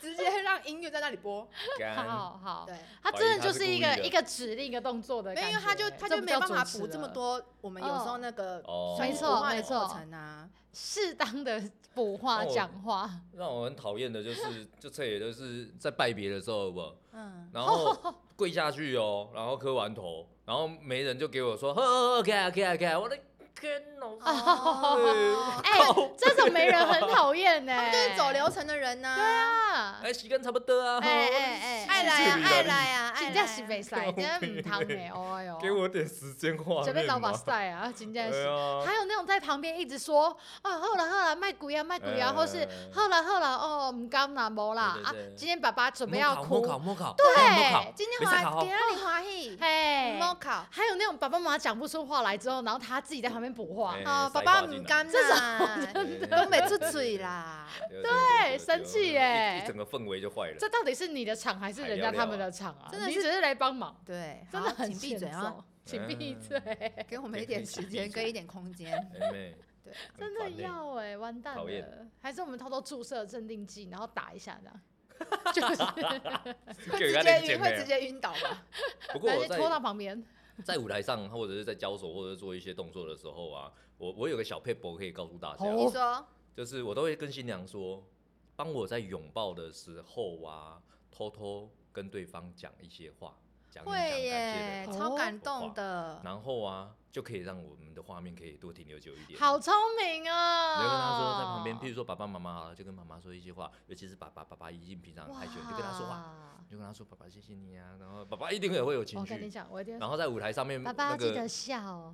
Speaker 3: 直接让音乐在那里播。
Speaker 2: 干，
Speaker 4: 好好，
Speaker 3: 对，
Speaker 4: 他
Speaker 2: 怀疑
Speaker 4: 真的
Speaker 2: 他
Speaker 4: 就是是一
Speaker 2: 故意
Speaker 4: 个
Speaker 2: 的
Speaker 4: 一个指令一个动作的
Speaker 3: 没
Speaker 4: 感
Speaker 3: 有，
Speaker 4: 觉，
Speaker 3: 因为他就他就没有办法补这么
Speaker 4: 多。
Speaker 3: 多，我们有时候那个
Speaker 2: 哦
Speaker 3: 算是文化的
Speaker 4: 没错
Speaker 3: 过程啊，
Speaker 4: 适当的 <laughs> 补话
Speaker 2: 哦
Speaker 4: 讲话，
Speaker 2: 让我很讨厌的就是，就这也就是在拜别的时候吧，
Speaker 3: 嗯，
Speaker 2: 然后跪下去哦，然后磕完头，然后没人就给我说，呵呵，OK 啊 OK 啊 OK，啊我的天哦，
Speaker 3: <laughs> 哦，
Speaker 4: 哎、这种没人很讨厌呢，
Speaker 3: 就是走流程的人呐，
Speaker 4: 啊，
Speaker 2: 哎，时间差不多啊，吼
Speaker 4: 哎哎哎
Speaker 3: 爱来啊，爱来啊，爱来
Speaker 4: 真正
Speaker 3: 啊
Speaker 4: 是袂使，真的唔通的，哦哟，
Speaker 2: 给我点时间画面嘛，
Speaker 4: 这边老板赛啊，真
Speaker 2: 哎
Speaker 4: 正是。
Speaker 2: 呀，
Speaker 4: 还有那种在旁边一直说啊，好了好了，卖鬼啊卖鬼啊，
Speaker 2: 哎
Speaker 4: 或是好了好了哦，唔甘啦，无啦啊
Speaker 2: 对对，对
Speaker 4: 今天爸爸准备要
Speaker 2: 莫
Speaker 4: 哭，
Speaker 2: 考莫考，莫
Speaker 4: 对
Speaker 2: 考，
Speaker 3: 今天
Speaker 2: 没事
Speaker 3: 华
Speaker 2: 好
Speaker 3: 给让你华喜，
Speaker 4: 嘿，
Speaker 3: 莫考。
Speaker 4: 还有那种爸爸妈妈讲不出话来之后，然后他自己在旁边补话
Speaker 2: 哎，
Speaker 3: 哦，爸
Speaker 2: 塞
Speaker 3: 爸
Speaker 2: 话进
Speaker 3: 唔
Speaker 2: 来
Speaker 3: 甘 <laughs> 啦，
Speaker 2: 真的
Speaker 3: 都没出嘴啦。
Speaker 2: 对
Speaker 4: 对生气耶
Speaker 2: 一一整个氛围就坏了
Speaker 4: 这。到底是你的场还是人家他们的场啊？
Speaker 3: 哎聊聊啊真的
Speaker 4: 你
Speaker 3: 是
Speaker 4: 只是来帮忙，
Speaker 3: 对， <laughs>
Speaker 4: 真的
Speaker 3: 好
Speaker 4: 很
Speaker 3: 请闭
Speaker 4: 欠
Speaker 3: 嘴啊
Speaker 4: 揍！请闭嘴，
Speaker 3: 给我们一点时间跟一点空间。
Speaker 2: 哎妹，
Speaker 3: 对，
Speaker 2: 很
Speaker 4: 真的
Speaker 2: 烦欸
Speaker 4: 要哎、完蛋
Speaker 2: 讨厌
Speaker 4: 了，还是我们偷偷注射镇定剂，然后打一下这样。
Speaker 3: <laughs>
Speaker 4: 就是，
Speaker 3: 会
Speaker 2: <laughs> 给
Speaker 3: 直接
Speaker 2: 他点
Speaker 3: 晕，
Speaker 2: 钱
Speaker 3: 会
Speaker 2: 欸
Speaker 3: 直接晕倒吧？
Speaker 2: 不过
Speaker 4: 然后
Speaker 2: 我
Speaker 4: 就拖到
Speaker 2: 在
Speaker 4: 旁边。 <laughs>
Speaker 2: 在舞台上，或者是在交手，或者做一些动作的时候啊，我我有个小 paper 可以告诉大家，
Speaker 4: 哦
Speaker 3: 你说
Speaker 2: 就是我都会跟新娘说，帮我在拥抱的时候啊，偷偷跟对方讲一些话，讲一讲
Speaker 3: 会
Speaker 2: 感
Speaker 3: 耶
Speaker 2: 谢，的话，
Speaker 3: 超感动的。
Speaker 2: 然后啊，就可以让我们的画面可以多停留久一点。
Speaker 4: 好哦聪明啊！
Speaker 2: 你就跟他说在旁边，譬如说爸爸妈妈啊，就跟妈妈说一些话，尤其是爸爸，爸爸一定平常很害羞，你就跟他说话，
Speaker 4: 哇。
Speaker 2: 你就跟他说爸爸谢谢你啊，然后爸爸一定也会有情
Speaker 4: 我跟你
Speaker 2: 绪，
Speaker 4: 哦讲，我一定
Speaker 2: 然后在舞台上面
Speaker 4: 爸爸
Speaker 2: 那
Speaker 4: 记得
Speaker 2: 个
Speaker 4: 笑哦。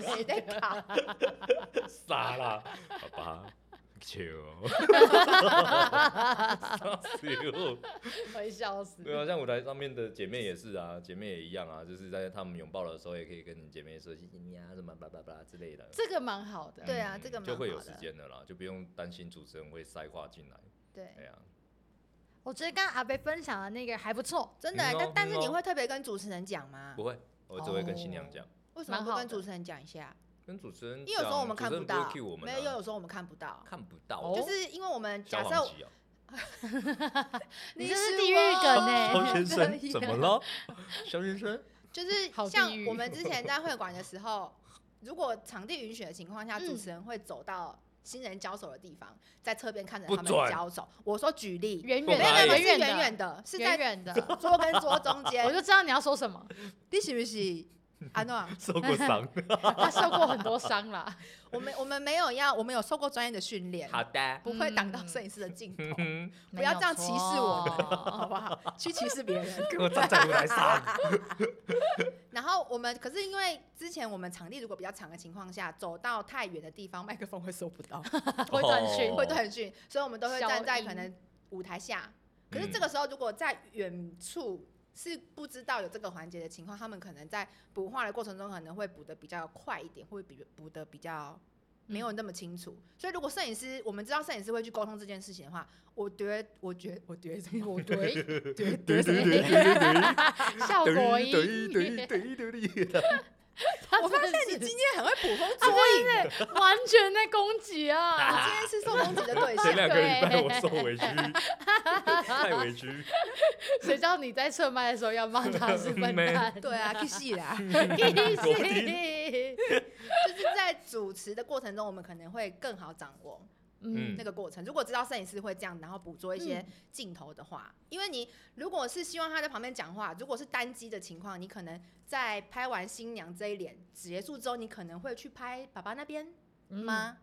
Speaker 3: 谁在 <laughs> 搞？
Speaker 2: <laughs> 傻啦，爸爸球，傻死
Speaker 4: 会笑死。
Speaker 2: 对啊，像舞台上面的姐妹也是啊，姐妹也一样啊，就是在她们拥抱的时候，也可以跟你姐妹说谢谢你啊，什么巴拉巴拉之类的。
Speaker 4: 这个蛮好的。
Speaker 3: 对啊
Speaker 2: 嗯
Speaker 3: 这个蛮
Speaker 2: 就会有
Speaker 3: 好
Speaker 2: 时
Speaker 3: 的
Speaker 2: 间的啦，就不用担心主持人会塞话进来。哎
Speaker 3: 对，
Speaker 2: 呀，
Speaker 4: 我觉得刚刚阿贝分享的那个还不错，
Speaker 3: 真的欸。
Speaker 2: 嗯哦
Speaker 3: 但但是
Speaker 2: 嗯哦
Speaker 3: 你会特别跟主持人讲吗
Speaker 2: 不？会，我只会跟新娘讲，
Speaker 3: 为什么
Speaker 4: 蛮
Speaker 3: 不
Speaker 4: 好
Speaker 3: 跟
Speaker 4: 的
Speaker 3: 主持人讲一下？
Speaker 2: 跟主持人
Speaker 3: 哦因为
Speaker 2: 讲。
Speaker 3: 有时候我们看
Speaker 2: 主持
Speaker 3: 不
Speaker 2: 人
Speaker 3: 到
Speaker 2: 会 cue 我，们
Speaker 3: 没
Speaker 2: 啊
Speaker 3: 有，因为有时候我们看不到。
Speaker 2: 看不到，
Speaker 4: 哦
Speaker 3: 就是因为我们
Speaker 2: 消
Speaker 3: 假设
Speaker 2: 防局啊。
Speaker 4: 你
Speaker 3: 你
Speaker 4: 这是
Speaker 3: 是
Speaker 4: 地狱
Speaker 3: 我
Speaker 4: 梗
Speaker 2: 肖
Speaker 4: 呢。
Speaker 3: <laughs>
Speaker 2: 先生怎么了？肖先生，
Speaker 3: 就是
Speaker 4: <laughs> 好地
Speaker 3: 像
Speaker 4: 狱
Speaker 3: 我们之前在会馆的时候，如果场地允许的情况下，
Speaker 4: 嗯
Speaker 3: 主持人会走到新人交手的地方，在侧边看着
Speaker 2: 不
Speaker 3: 他们
Speaker 2: 准
Speaker 3: 交手。我说举例，
Speaker 4: 远
Speaker 2: 不
Speaker 4: 远
Speaker 3: 没有
Speaker 2: 可
Speaker 3: 没有没有
Speaker 2: 以
Speaker 4: 的，
Speaker 3: 是
Speaker 4: 远
Speaker 3: 远
Speaker 4: 远
Speaker 3: 远
Speaker 4: 的，
Speaker 3: 的，是
Speaker 4: 远
Speaker 3: 在
Speaker 4: 远的。
Speaker 3: 桌跟桌 <laughs> 中
Speaker 4: 我
Speaker 3: 间。
Speaker 4: 就知道你要说什么，
Speaker 3: 你是不 <laughs> 是安诺？
Speaker 2: 受
Speaker 3: <laughs>
Speaker 2: 过伤。
Speaker 4: 他受过很多伤啦。
Speaker 3: 我们我们没有要，我们有受过专业的训练，
Speaker 2: 好的， <laughs>
Speaker 3: 不会挡到摄影师的镜
Speaker 4: <laughs>
Speaker 3: 头，
Speaker 2: 嗯，
Speaker 3: <laughs> <laughs> 不要这样歧视我哦
Speaker 4: 没有
Speaker 3: 们，
Speaker 4: 错
Speaker 3: 好不好？去歧视别 <laughs> 人。
Speaker 2: <laughs> 给我站在舞台上。
Speaker 3: 然后我们可是因为之前我们场地如果比较长的情况下，走到太远的地方，麦克风会收不到，
Speaker 4: 会断讯
Speaker 3: <laughs>
Speaker 2: 哦
Speaker 3: 会断讯，所以我们都会
Speaker 4: 消
Speaker 3: 站在
Speaker 4: 音嗯
Speaker 3: 可能舞台下。可是这个时候如果在远处。是不知道有这个环节的情况，他们可能在补画的过程中可能会补的比较快一点，会比补的比较
Speaker 4: 嗯
Speaker 3: 没有那么清楚。所以如果摄影师，我们知道摄影师会去沟通这件事情的话，我觉得，我觉得，我 <laughs> 觉得，
Speaker 4: 哦
Speaker 5: 我对
Speaker 3: 对对
Speaker 2: 对对
Speaker 3: 对
Speaker 2: 对
Speaker 3: 对，
Speaker 5: <laughs>
Speaker 2: 对
Speaker 5: 效果音，
Speaker 2: 对对对对对，
Speaker 3: 我发现你今天很会捕风
Speaker 5: 啊
Speaker 3: 捉
Speaker 4: 啊
Speaker 3: 影，
Speaker 5: 对对，完全在攻击
Speaker 3: 你
Speaker 5: 啊！
Speaker 3: 今天是受攻击的 <laughs> 对
Speaker 2: 前
Speaker 4: <laughs>
Speaker 2: 两
Speaker 3: 象。
Speaker 2: 个礼拜我受
Speaker 3: <laughs>
Speaker 2: 委屈，太委屈，
Speaker 5: 谁叫你在撤麦的时候要骂他是笨
Speaker 2: 没 <laughs>
Speaker 5: 蛋？
Speaker 3: 对啊，去戏啦！
Speaker 5: <laughs>
Speaker 2: 我
Speaker 5: 对，
Speaker 3: 就是在主持的过程中，我们可能会更好掌握。
Speaker 5: 嗯，
Speaker 3: 那个过程。如果知道摄影师会这样，然后捕捉一些镜头的话，因为你如果是希望他在旁边讲话，如果是单机的情况，你可能在拍完新娘这一脸结束之后，你可能会去拍爸爸那边
Speaker 2: 嗯
Speaker 4: 嗯
Speaker 3: 吗？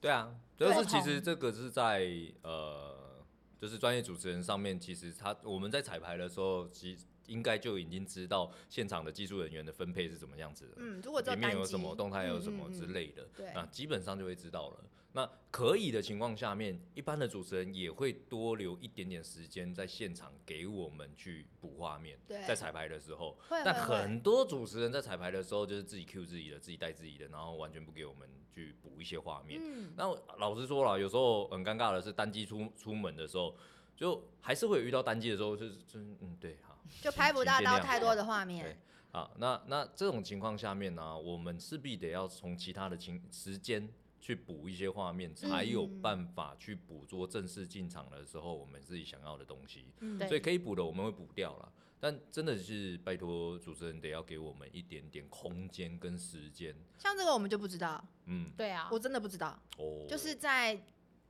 Speaker 2: 对啊，主要是其实这个是在呃，就是专业主持人上面，其实他我们在彩排的时候，其应该就已经知道现场的技术人员的分配是怎么样子的，
Speaker 3: 嗯，如果只
Speaker 2: 里
Speaker 3: 单
Speaker 2: 面
Speaker 3: 机，
Speaker 2: 有什么动态有什么
Speaker 3: 嗯嗯嗯
Speaker 2: 之类的，啊
Speaker 3: 对
Speaker 2: 那基本上就会知道了。那可以的情况下面，一般的主持人也会多留一点点时间在现场给我们去补画面，
Speaker 3: 对
Speaker 2: 在彩排的时候，
Speaker 3: 会
Speaker 2: 但
Speaker 3: 会会
Speaker 2: 很多主持人在彩排的时候就是自己 Q 自己的，自己带自己的，然后完全不给我们去补一些画面。
Speaker 3: 嗯， <laughs>
Speaker 2: 那老实说了，有时候很尴尬的是单机出出门的时候，就还是会有遇到单机的时候，就是就是嗯对好
Speaker 3: 就拍不到
Speaker 2: 请见
Speaker 3: 到
Speaker 2: 谅
Speaker 3: 太多的画面
Speaker 2: 对。啊，那那这种情况下面呢、我们势必得要从其他的情时间去补一些画面，才有
Speaker 3: 嗯
Speaker 2: 办法去捕捉正式进场的时候我们自己想要的东西。
Speaker 3: 嗯
Speaker 5: 对
Speaker 2: 所以可以补的我们会补掉啦。但真的是拜托主持人得要给我们一点点空间跟时间。
Speaker 3: 像这个我们就不知道，
Speaker 2: 嗯，
Speaker 5: 对啊
Speaker 3: 我，真的不知道。
Speaker 2: 哦，
Speaker 3: 就是在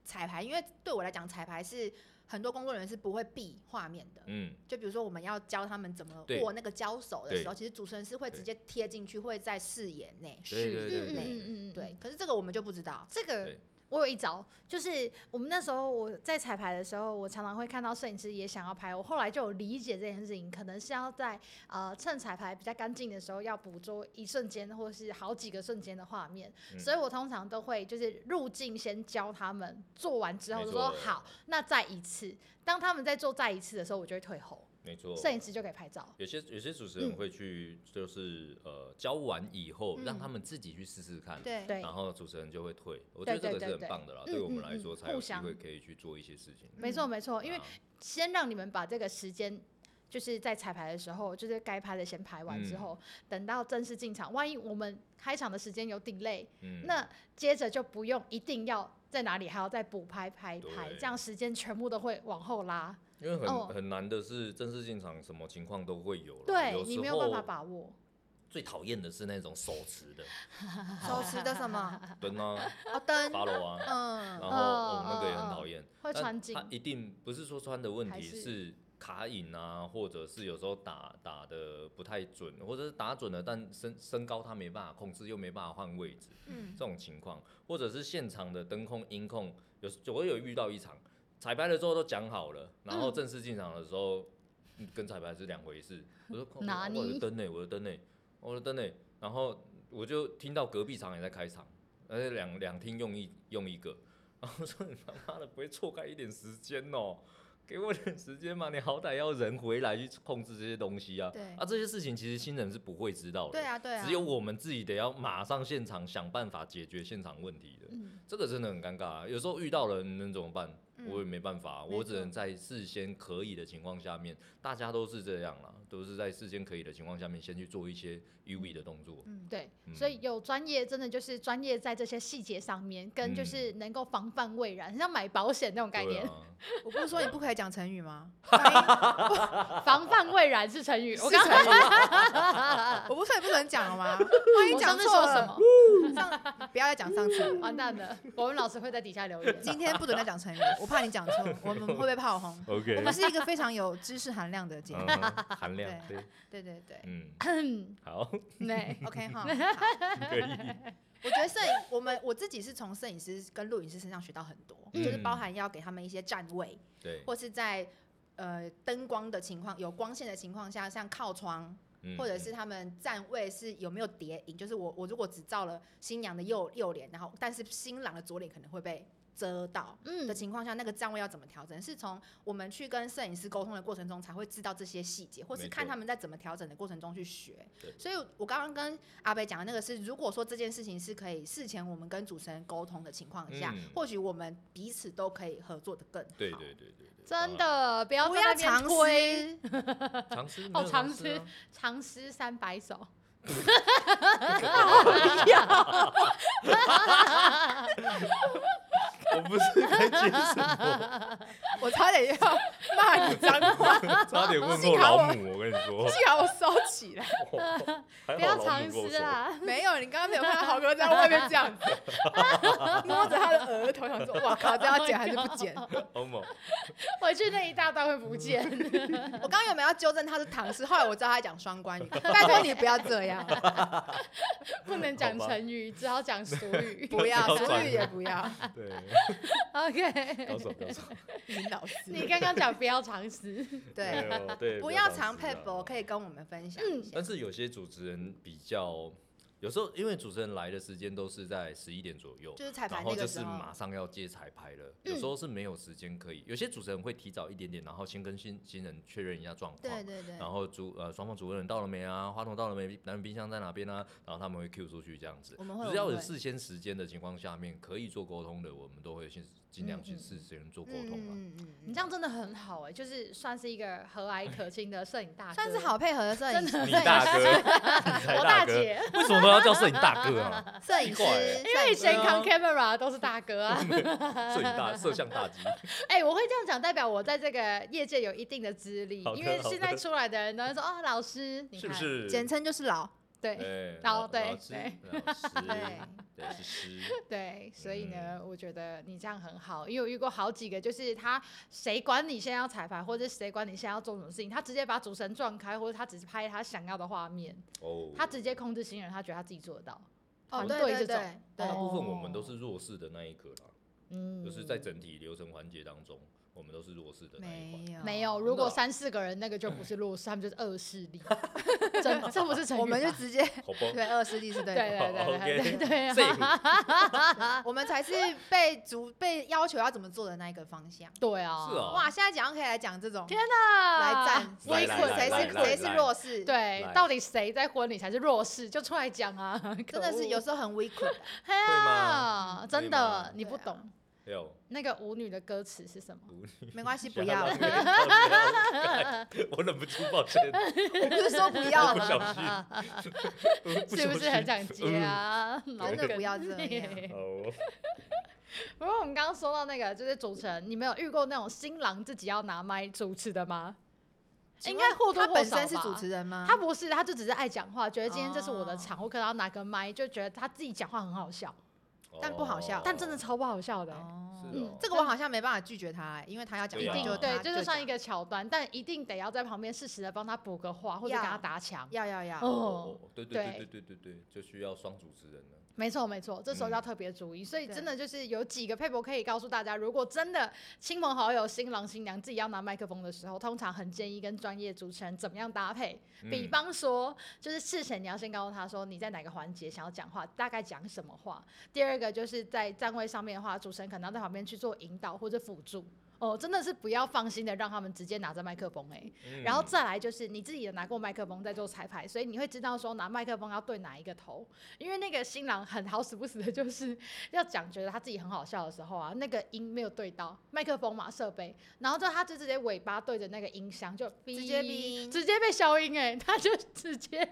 Speaker 3: 彩排，因为对我来讲，彩排是很多工作人员是不会避画面的。
Speaker 2: 嗯，
Speaker 3: 就比如说我们要教他们怎么
Speaker 2: 对
Speaker 3: 握那个交手的时候，
Speaker 2: 对
Speaker 3: 其实主持人是会
Speaker 2: 对
Speaker 3: 直接贴进去，会在视野内。
Speaker 2: 对对对
Speaker 5: 嗯嗯嗯
Speaker 2: 对对，
Speaker 5: 嗯嗯，
Speaker 3: 对，可是这个我们就不知道。
Speaker 4: 这个
Speaker 2: 对
Speaker 4: 我有一招，就是我们那时候我在彩排的时候，我常常会看到摄影师也想要拍，我后来就有理解这件事情，可能是要在呃趁彩排比较干净的时候，要捕捉一瞬间或是好几个瞬间的画面，
Speaker 2: 嗯
Speaker 4: 所以我通常都会就是入镜先教他们，做完之后
Speaker 2: 没
Speaker 4: 就
Speaker 2: 错
Speaker 4: 说好，那再一次，当他们在做再一次的时候，我就会退后，
Speaker 2: 没错。
Speaker 4: 摄影师就可以拍照。
Speaker 2: 有些有些主持人会去，就是、呃，教完以后、
Speaker 3: 嗯
Speaker 2: 让他们自己去试试看，
Speaker 3: 对
Speaker 4: 对
Speaker 2: 然后主持人就会退。我觉
Speaker 4: 对
Speaker 2: 得这个
Speaker 4: 对对
Speaker 2: 是很
Speaker 4: 对
Speaker 2: 棒的啦，
Speaker 4: 嗯
Speaker 2: 对我们
Speaker 4: 嗯
Speaker 2: 来
Speaker 4: 嗯
Speaker 2: 说才
Speaker 4: 互
Speaker 2: 有机
Speaker 4: 相
Speaker 2: 会可以去做一些事情。
Speaker 4: 没错没错，因为
Speaker 2: 啊
Speaker 4: 先让你们把这个时间，就是在彩排的时候，就是该拍的先排完之
Speaker 2: 嗯
Speaker 4: 后，等到正式进场，万一我们开场的时间有 delay，、
Speaker 2: 嗯
Speaker 4: 那接着就不用一定要在哪里还要再补拍拍拍，
Speaker 2: 对
Speaker 4: 这样时间全部都会往后拉。
Speaker 2: 因为很、
Speaker 4: 哦
Speaker 2: 很难的是，正式进场什么情况都会有啦。
Speaker 4: 对
Speaker 2: 有
Speaker 4: 你
Speaker 2: 时
Speaker 4: 没有办法
Speaker 2: 候
Speaker 4: 把握，
Speaker 2: 最讨厌的是那种手持
Speaker 4: <laughs>
Speaker 2: 的
Speaker 3: 手持的什么？
Speaker 2: 灯啊、
Speaker 3: 哦，灯。
Speaker 2: follow 啊，然
Speaker 3: 嗯，
Speaker 2: 后、哦、那个也很讨厌。
Speaker 4: 会
Speaker 2: 但
Speaker 4: 穿进
Speaker 2: 它。一定不是说穿的问
Speaker 4: 还
Speaker 2: 题，
Speaker 4: 是
Speaker 2: 是卡影啊，或者是有时候打打的不太准，或者是打准了，但身身高他没办法控制，又没办法换位置，
Speaker 3: 嗯
Speaker 2: 这种情况，或者是现场的灯控、音控，有时我有遇到一场彩排的时候都讲好了，
Speaker 4: 嗯
Speaker 2: 然后正式进场的时候、嗯跟彩排是两回事。我说靠
Speaker 4: 哪
Speaker 2: 我
Speaker 4: 里
Speaker 2: 的灯呢、我的灯呢、哦我的灯呢、然后我就听到隔壁场也在开场，而且呃两两厅用一用一个， <laughs> 然后我说你他妈的不会错开一点时间哦，给我点时间嘛，你好歹要人回来去控制这些东西啊。
Speaker 3: 对
Speaker 2: 啊，这些事情其实新人是不会知道的。
Speaker 3: 对啊，对啊。
Speaker 2: 只有我们自己得要马上现场想办法解决现场问题的，
Speaker 4: 嗯
Speaker 2: 这个真的很尴尬、啊。有时候遇到了，你能怎么办？
Speaker 3: 嗯
Speaker 2: 我也没办法，啊
Speaker 3: 没
Speaker 2: 我只
Speaker 3: 错
Speaker 2: 能在事先可以的情况下面，大家都是这样啦，都是在事先可以的情况下面，先去做一些 U V 的动作。
Speaker 3: 嗯
Speaker 4: 对，
Speaker 2: 嗯
Speaker 4: 所以有专业真的就是专业在这些细节上面，跟就
Speaker 2: 嗯
Speaker 4: 是能够防范未然，很像买保险那种概
Speaker 2: 对
Speaker 4: 念。
Speaker 2: 啊，
Speaker 3: 我不是说你不可以讲成语
Speaker 2: <laughs>
Speaker 3: 吗？
Speaker 2: 啊
Speaker 4: 防范未然是成语，我
Speaker 3: 是
Speaker 4: 刚
Speaker 3: 成
Speaker 4: 才
Speaker 3: 语
Speaker 4: <laughs>
Speaker 3: 我不是说你不能讲了
Speaker 2: <laughs>
Speaker 3: 吗？万一
Speaker 4: 我上
Speaker 3: 讲
Speaker 4: 次
Speaker 3: 错
Speaker 4: 说什
Speaker 3: 了
Speaker 4: 么，？
Speaker 3: 上不要再讲上次
Speaker 2: <laughs>
Speaker 3: 了。
Speaker 4: 完蛋了，我们老师会在底下留言。
Speaker 3: 今天不准再讲成语，我怕你讲错，我们会被炮轰。
Speaker 2: OK
Speaker 3: 我们是一个非常有知识含量的节目。
Speaker 2: 嗯含量对，
Speaker 3: 对对对
Speaker 2: 嗯，
Speaker 3: <clears throat>
Speaker 4: 嗯，
Speaker 2: 好，
Speaker 3: <laughs>
Speaker 4: 对，
Speaker 2: 嗯
Speaker 3: ，OK
Speaker 4: <laughs>
Speaker 3: 哈。
Speaker 2: 可以，
Speaker 3: <laughs> 我觉得摄影，我们我自己是从摄影师跟录影师身上学到很多，
Speaker 2: 嗯
Speaker 3: 就是包含要给他们一些站位，
Speaker 2: 对，
Speaker 3: 或是在呃灯光的情况、有光线的情况下，像靠窗，
Speaker 2: 嗯
Speaker 3: 或者是他们站位是有没有叠影，就是我我如果只照了新娘的右右脸，然后但是新郎的左脸可能会被遮到
Speaker 6: 嗯
Speaker 3: 的情况下，那个站位要怎么调整？是从我们去跟摄影师沟通的过程中才会知道这些细节，或是
Speaker 2: 没
Speaker 3: 看
Speaker 2: 错
Speaker 3: 他们在怎么调整的过程中去学
Speaker 2: 对。
Speaker 3: 所以我刚刚跟阿北讲的那个是，如果说这件事情是可以事前我们跟主持人沟通的情况下，
Speaker 2: 嗯
Speaker 3: 或许我们彼此都可以合作的更好。
Speaker 2: 对对对对对，
Speaker 4: 真的不要
Speaker 3: 不
Speaker 4: 在那
Speaker 3: 要
Speaker 4: 边
Speaker 3: 尝
Speaker 4: 推
Speaker 3: 试。
Speaker 2: 当然常吃
Speaker 4: 哦
Speaker 2: 没有
Speaker 4: 常
Speaker 2: 吃啊， <laughs>
Speaker 4: 长诗三
Speaker 6: <laughs>
Speaker 4: 百首，
Speaker 2: 我不是在接什
Speaker 3: <laughs> 我差点要骂你脏话，
Speaker 2: 么，差点问候老母，我跟你说，
Speaker 3: 幸好我收起来。
Speaker 2: 还
Speaker 4: 不
Speaker 2: 好
Speaker 4: 要
Speaker 2: 老
Speaker 4: 长
Speaker 2: 母跟我
Speaker 4: 诗
Speaker 2: 说，
Speaker 4: 啊！
Speaker 3: 没有，你刚刚没有看到豪哥在外面这样子，摸着他的额头，想说：“哇靠，这要剪还是不剪？”
Speaker 2: 欧某
Speaker 4: 回去那一大段会不见。
Speaker 6: <laughs>
Speaker 3: 我刚刚有没有要纠正他是唐诗？后来我知道他讲双关语，拜托你不要这样，
Speaker 4: 不能讲
Speaker 2: 好吧
Speaker 4: 成语，只好讲俗
Speaker 6: <laughs>
Speaker 4: 语。
Speaker 3: 不要，
Speaker 2: 不要
Speaker 3: 俗
Speaker 2: 转
Speaker 3: 语也不要， <laughs>
Speaker 2: 对，高
Speaker 4: OK， <laughs>
Speaker 2: 手高手，
Speaker 3: 林老师，
Speaker 4: 你刚刚讲不要尝试，
Speaker 3: 对，
Speaker 2: 哎呦对，
Speaker 3: 不要常配博，可以跟我们分享一下
Speaker 2: 但。是有些主持人比较，有时候因为主持人来的时间都是在十一点左右，
Speaker 3: 就是彩排
Speaker 2: 然后
Speaker 3: 那
Speaker 2: 就
Speaker 3: 个
Speaker 2: 是
Speaker 3: 时候嗯
Speaker 2: 马，上要接彩排了，有时候是没有时间可以。有些主持人会提早一点点，然后先跟新新人确认一下状况
Speaker 3: 对，对对，
Speaker 2: 然后主呃双方主任人到了没啊，话筒到了没，男女冰箱在哪边啊，然后他们会 Q 出去这样子
Speaker 3: 我。们会
Speaker 2: 只要
Speaker 3: 我们
Speaker 2: 有
Speaker 3: 会
Speaker 2: 事先时间的情况下面，可以做沟通的，我们都会先尽量去事先做沟
Speaker 3: 嗯
Speaker 2: 通啦。
Speaker 3: 嗯嗯
Speaker 6: <laughs> 你这样真的很好哎、就是算是一个和蔼可亲的摄影大哥，
Speaker 3: 算是好配合的摄影
Speaker 2: <laughs> 你
Speaker 3: 摄
Speaker 2: 大哥，你才大
Speaker 4: 我大
Speaker 2: 哥，
Speaker 4: 姐，
Speaker 2: 为什么都要叫摄影大哥啊？
Speaker 3: 摄影师
Speaker 2: 奇怪，
Speaker 4: 因为以
Speaker 3: 摄
Speaker 4: 前
Speaker 3: 影师
Speaker 4: 扛 camera 都是大哥
Speaker 6: <laughs>
Speaker 4: 啊。
Speaker 2: 摄影大摄像
Speaker 3: <laughs>
Speaker 2: 大机。
Speaker 4: <laughs> 哎、我会这样讲，代表我在这个业界有一定的资历
Speaker 2: 好，的
Speaker 4: 因为
Speaker 2: 好的
Speaker 4: 现在出来的人都会说哦，老师，你看
Speaker 2: 是不是？
Speaker 3: 简称就是老，
Speaker 4: 对
Speaker 2: 对，
Speaker 4: 老
Speaker 2: 老
Speaker 4: 对
Speaker 2: 老师
Speaker 4: 对
Speaker 2: 老师，
Speaker 3: 对
Speaker 2: 对是师，
Speaker 4: <laughs>
Speaker 3: <laughs>
Speaker 4: 对，所以呢，
Speaker 2: 嗯
Speaker 4: 我觉得你这样很好，因为我遇过好几个，就是他谁管你现在要彩排，或者谁管你现在要做什么事情，他直接把主持人撞开，或者他只是拍他想要的画面，
Speaker 2: 哦，
Speaker 4: 他直接控制新人，他觉得他自己做得到。
Speaker 3: 哦，
Speaker 4: 团
Speaker 3: 对
Speaker 4: 队
Speaker 3: 对
Speaker 4: 这
Speaker 3: 对
Speaker 4: 种
Speaker 2: 大
Speaker 3: 对
Speaker 2: 部分我
Speaker 4: 哦
Speaker 2: 们都是弱势的那一个啦，
Speaker 4: 嗯，
Speaker 2: 就是在整体流程环节当中，我们都是弱势的那一
Speaker 3: 没
Speaker 2: 环。
Speaker 3: 有
Speaker 4: 没有，如
Speaker 2: 哦
Speaker 4: 果三四个人，那个就不是弱势，他们就是恶势力， <laughs> 真这不是成语吧，
Speaker 3: 我们就直接
Speaker 2: 好吧，
Speaker 3: 对二师弟是对
Speaker 4: 对
Speaker 3: 的
Speaker 4: 对对对
Speaker 2: 哦 OK
Speaker 4: 对 <laughs> 对
Speaker 2: 这
Speaker 4: 啊
Speaker 3: <laughs> 我们才是被主被要求要怎么做的那一个方向。
Speaker 4: 对啊，
Speaker 2: 是哦
Speaker 3: 哇，现在讲可以来讲这种
Speaker 4: 天哪，
Speaker 3: 来战，谁
Speaker 2: 来来
Speaker 3: 捆
Speaker 2: 来
Speaker 3: 谁
Speaker 2: 来
Speaker 3: 是
Speaker 2: 来
Speaker 3: 谁是
Speaker 2: 来
Speaker 3: 弱势，，
Speaker 4: 对
Speaker 2: 来，
Speaker 4: 到底谁在婚礼才是弱势？就出来讲啊！ <laughs>
Speaker 3: 真的是有时候很 weak 的。
Speaker 4: 嘿
Speaker 2: 吗
Speaker 4: 啊，真的
Speaker 2: 会吗
Speaker 4: 你不
Speaker 3: 对啊
Speaker 4: 懂
Speaker 2: 没有，
Speaker 4: 那个舞女的歌词是什么？
Speaker 3: 没关
Speaker 2: <laughs>
Speaker 3: 系，不
Speaker 2: 不要
Speaker 4: <laughs>
Speaker 3: 要，
Speaker 2: 让
Speaker 3: 我
Speaker 2: 我我忍不住，抱歉，
Speaker 3: <laughs> 不是说不要
Speaker 2: <laughs> 不
Speaker 3: 了，
Speaker 2: 小
Speaker 4: <laughs>
Speaker 2: 心，嗯
Speaker 4: 是不是很
Speaker 2: 小
Speaker 4: 想接啊？老
Speaker 3: 真的
Speaker 4: 梗
Speaker 3: 不要这样
Speaker 2: 心？
Speaker 4: 嘿
Speaker 2: 哦，
Speaker 4: <laughs> 不过我们刚刚说到那个，就是主持人，你没有遇过那种新郎自己要拿麦主持的吗？应该或多
Speaker 3: 他
Speaker 4: 或
Speaker 3: 本
Speaker 4: 少
Speaker 3: 身是
Speaker 4: 吧
Speaker 3: 主持人吗？
Speaker 4: 他不是，他就只是爱讲话，觉得今天这是我的场，
Speaker 3: 哦
Speaker 4: 我可能要拿个麦，就觉得他自己讲话很好笑，
Speaker 3: 但不好笑
Speaker 4: <laughs> 但真的超不好笑的欸、
Speaker 3: 哦
Speaker 2: 哦是哦
Speaker 3: 这个我好像没办法拒绝他，哎因为他要讲
Speaker 2: 对
Speaker 4: 一
Speaker 3: 话，
Speaker 2: 啊
Speaker 4: 定
Speaker 3: 就
Speaker 4: 对，
Speaker 3: 他
Speaker 4: 这
Speaker 3: 就
Speaker 4: 就算
Speaker 3: 讲
Speaker 4: 一个桥段，但一定得要在旁边适时的帮他补个话，或者
Speaker 3: 要
Speaker 4: 给他打抢。
Speaker 3: 要要要，
Speaker 4: 哦，
Speaker 2: 对对
Speaker 4: 对
Speaker 2: 对对对对对，就需要双主持人了。
Speaker 4: 没错没错，这时
Speaker 2: 嗯
Speaker 4: 候要特别注意。所以
Speaker 3: 对
Speaker 4: 真的就是有几个佩博可以告诉大家，如果真的亲朋好友、新郎新娘自己要拿麦克风的时候，通常很建议跟专业主持人怎么样搭配。比
Speaker 2: 嗯
Speaker 4: 方说，就是事前你要先告诉他说你在哪个环节想要讲话，大概讲什么话。第二个就是在站位上面的话，主持人可能要在旁边去做引导或者辅助。哦，真的是不要放心的让他们直接拿着麦克风哎、
Speaker 2: 嗯
Speaker 4: 然后再来就是你自己也拿过麦克风在做彩排，所以你会知道说拿麦克风要对哪一个头，因为那个新郎很好死不死的就是 <laughs> 要讲觉得他自己很好笑的时候啊，那个音没有对到麦克风嘛设备，然后就他就直接尾巴对着那个音箱就直
Speaker 3: 接逼音
Speaker 4: 直接被消音哎、他就直接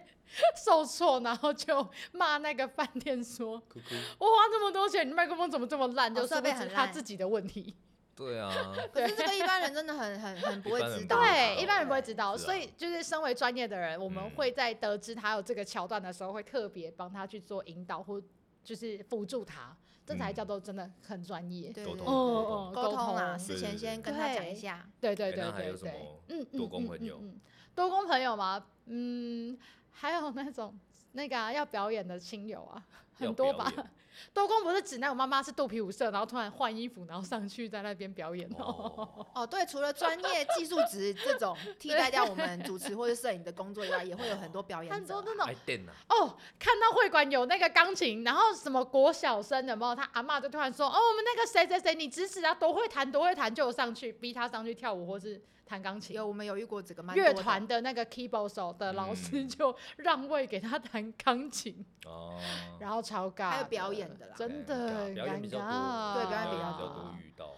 Speaker 4: 受挫，然后就骂那个饭店说
Speaker 2: 哭哭，
Speaker 4: 我花这么多钱，你麦克风怎么这么烂，
Speaker 3: 哦
Speaker 4: 就
Speaker 3: 设
Speaker 4: 是不
Speaker 3: 备
Speaker 4: 是
Speaker 3: 很
Speaker 4: 他
Speaker 3: 烂
Speaker 4: 自己的问题。
Speaker 2: 对啊，
Speaker 3: 可是这个一般人真的很很很不会
Speaker 2: 一般人
Speaker 3: 知
Speaker 2: 不
Speaker 3: 道，
Speaker 2: 会
Speaker 4: 对，
Speaker 2: 知
Speaker 4: 一般人不会
Speaker 3: 对
Speaker 4: 知道，
Speaker 2: 是啊
Speaker 4: 所以就是身为专业的人，我们
Speaker 2: 嗯
Speaker 4: 会在得知他有这个桥段的时候，会特别帮他去做引导或就是辅助他，这才
Speaker 2: 嗯
Speaker 4: 叫做真的很专业。
Speaker 3: 对
Speaker 2: 沟
Speaker 3: 对
Speaker 2: 通
Speaker 3: 对，
Speaker 4: 哦
Speaker 2: 沟通
Speaker 4: 哦
Speaker 3: 沟通啦，
Speaker 4: 沟通
Speaker 3: 事前先跟他讲一下，
Speaker 4: 对对
Speaker 2: 哎
Speaker 4: 对
Speaker 2: 那还
Speaker 4: 对
Speaker 2: 有什
Speaker 4: 对
Speaker 2: 么，
Speaker 4: 嗯
Speaker 2: 多公朋友
Speaker 4: 嗯嗯嗯嗯多公朋友吗？嗯，还有那种那个啊、要表演的亲友啊，
Speaker 2: 要
Speaker 4: 很多
Speaker 2: 表
Speaker 4: 吧
Speaker 2: 演。
Speaker 4: 多功不是指那我妈妈是肚皮舞社，然后突然换衣服，然后上去在那边表演哦。
Speaker 2: 哦，
Speaker 3: 哦，对，除了专业技术值这种替代掉我们主持或者摄影的工作以外，也会有很多表
Speaker 4: <laughs>
Speaker 3: 演者啊。
Speaker 4: 很多那种
Speaker 2: 还电啊，
Speaker 4: 哦，看到会馆有那个钢琴，然后什么国小生有没有？他阿嬷就突然说：“哦，我们那个谁谁谁，你指指啊，多会弹，多会弹，就有上去逼他上去跳舞或是弹钢琴。”
Speaker 3: 有我们有遇过这个蛮多
Speaker 4: 乐
Speaker 3: 的嗯
Speaker 4: 团的那个 keyboard 手的老师
Speaker 2: 嗯
Speaker 4: 就让位给他弹钢琴，
Speaker 2: 哦，
Speaker 4: 然后超尬的，
Speaker 3: 还有表演的啦
Speaker 4: 真
Speaker 2: 哎
Speaker 4: 的
Speaker 2: 对啊
Speaker 4: 很
Speaker 2: 表演比
Speaker 4: 尴
Speaker 2: 较多
Speaker 4: 尬，
Speaker 3: 对表演比较
Speaker 2: 较多
Speaker 3: 多
Speaker 2: 遇到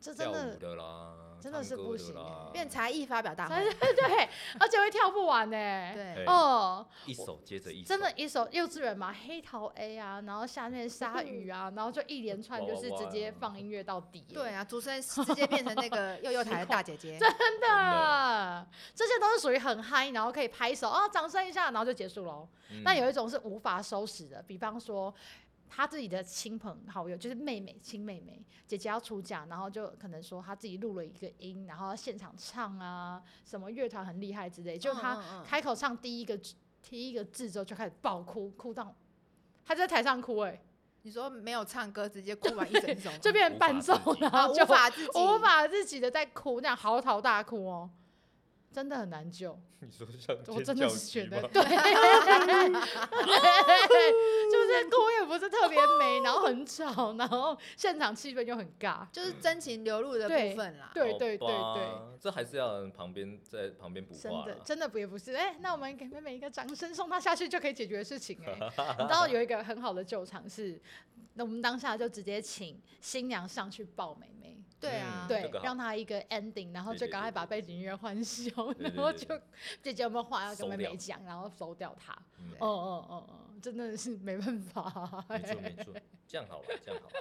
Speaker 4: 这真
Speaker 2: 跳舞
Speaker 4: 的
Speaker 2: 的啦，
Speaker 4: 真的是
Speaker 2: 唱歌
Speaker 4: 不行哎
Speaker 2: 啦，
Speaker 3: 变才艺发表大
Speaker 4: 才
Speaker 3: 会，
Speaker 4: <laughs> 对，而且会跳不完呢。
Speaker 3: 对，
Speaker 2: 哦，
Speaker 4: 哦，
Speaker 2: 一首接着一首，
Speaker 4: 真的，一首幼稚园嘛，黑桃 A 啊，然后下面
Speaker 3: 嗯
Speaker 4: 鲨鱼啊，然后就一连串就是直接放音乐到底。
Speaker 3: 对，啊，主持人直接变成那个幼幼台的
Speaker 4: <laughs>
Speaker 3: 大姐姐，
Speaker 4: 真的，这些都是属于很嗨，然后可以拍手哦，掌声一下，然后就结束喽。
Speaker 2: 嗯
Speaker 4: 那有一种是无法收拾的，比方说他自己的亲朋好友，就是妹妹、亲妹妹、姐姐要出嫁，然后就可能说他自己录了一个音，然后现场唱啊，什么乐团很厉害之类，就他
Speaker 3: 嗯嗯嗯
Speaker 4: 开口唱第一个字第一个字之后就开始爆哭，哭到他在台上哭、欸，
Speaker 3: 你说没有唱歌，直接哭完一整首
Speaker 4: <laughs>
Speaker 3: 吗，
Speaker 4: 就变成伴奏，
Speaker 2: 无法自己
Speaker 4: 然
Speaker 3: 啊
Speaker 4: 后
Speaker 3: 无
Speaker 4: 就
Speaker 3: 法自己，
Speaker 4: 无法自己的在哭，那样嚎啕大哭哦，真的很
Speaker 3: <laughs>
Speaker 4: 难救。
Speaker 2: <laughs> 你说像
Speaker 4: 我
Speaker 2: 尖
Speaker 4: 真的
Speaker 2: 叫
Speaker 4: 是觉
Speaker 2: 鸡
Speaker 4: 得
Speaker 2: 吗
Speaker 4: 对，就是哭也不是特别美，然后很吵，然后现场气氛又很尬。
Speaker 3: 就是真情流露的
Speaker 4: 对
Speaker 3: 部分啦。
Speaker 4: 对对对
Speaker 2: 好
Speaker 4: 对，
Speaker 2: 吧，这还是要人旁边在旁边补
Speaker 4: 真
Speaker 2: 话
Speaker 4: 的
Speaker 2: 啦
Speaker 4: 真的不也不是，哎、那我们给妹妹一个掌声，送她下去就可以解决的事情哎、你知道有一个很好的救场是，那我们当下就直接请新娘上去抱妹妹。
Speaker 3: 对啊
Speaker 2: 嗯，
Speaker 4: 对
Speaker 2: 这个，好
Speaker 4: 让他一个 ending，然后
Speaker 2: 对
Speaker 4: 就
Speaker 2: 对
Speaker 4: 赶快
Speaker 2: 对
Speaker 4: 把
Speaker 2: 对
Speaker 4: 背景音乐换消，
Speaker 2: 对
Speaker 4: 然
Speaker 2: 对
Speaker 4: 后
Speaker 2: 对
Speaker 4: 就姐姐有没有话要跟
Speaker 2: 收
Speaker 4: 妹妹
Speaker 2: 掉
Speaker 4: 讲，然后收掉他。
Speaker 2: 嗯
Speaker 4: 哦哎哦哦哦，真的是没办法。
Speaker 2: 没错没错，这样好了，这样好了。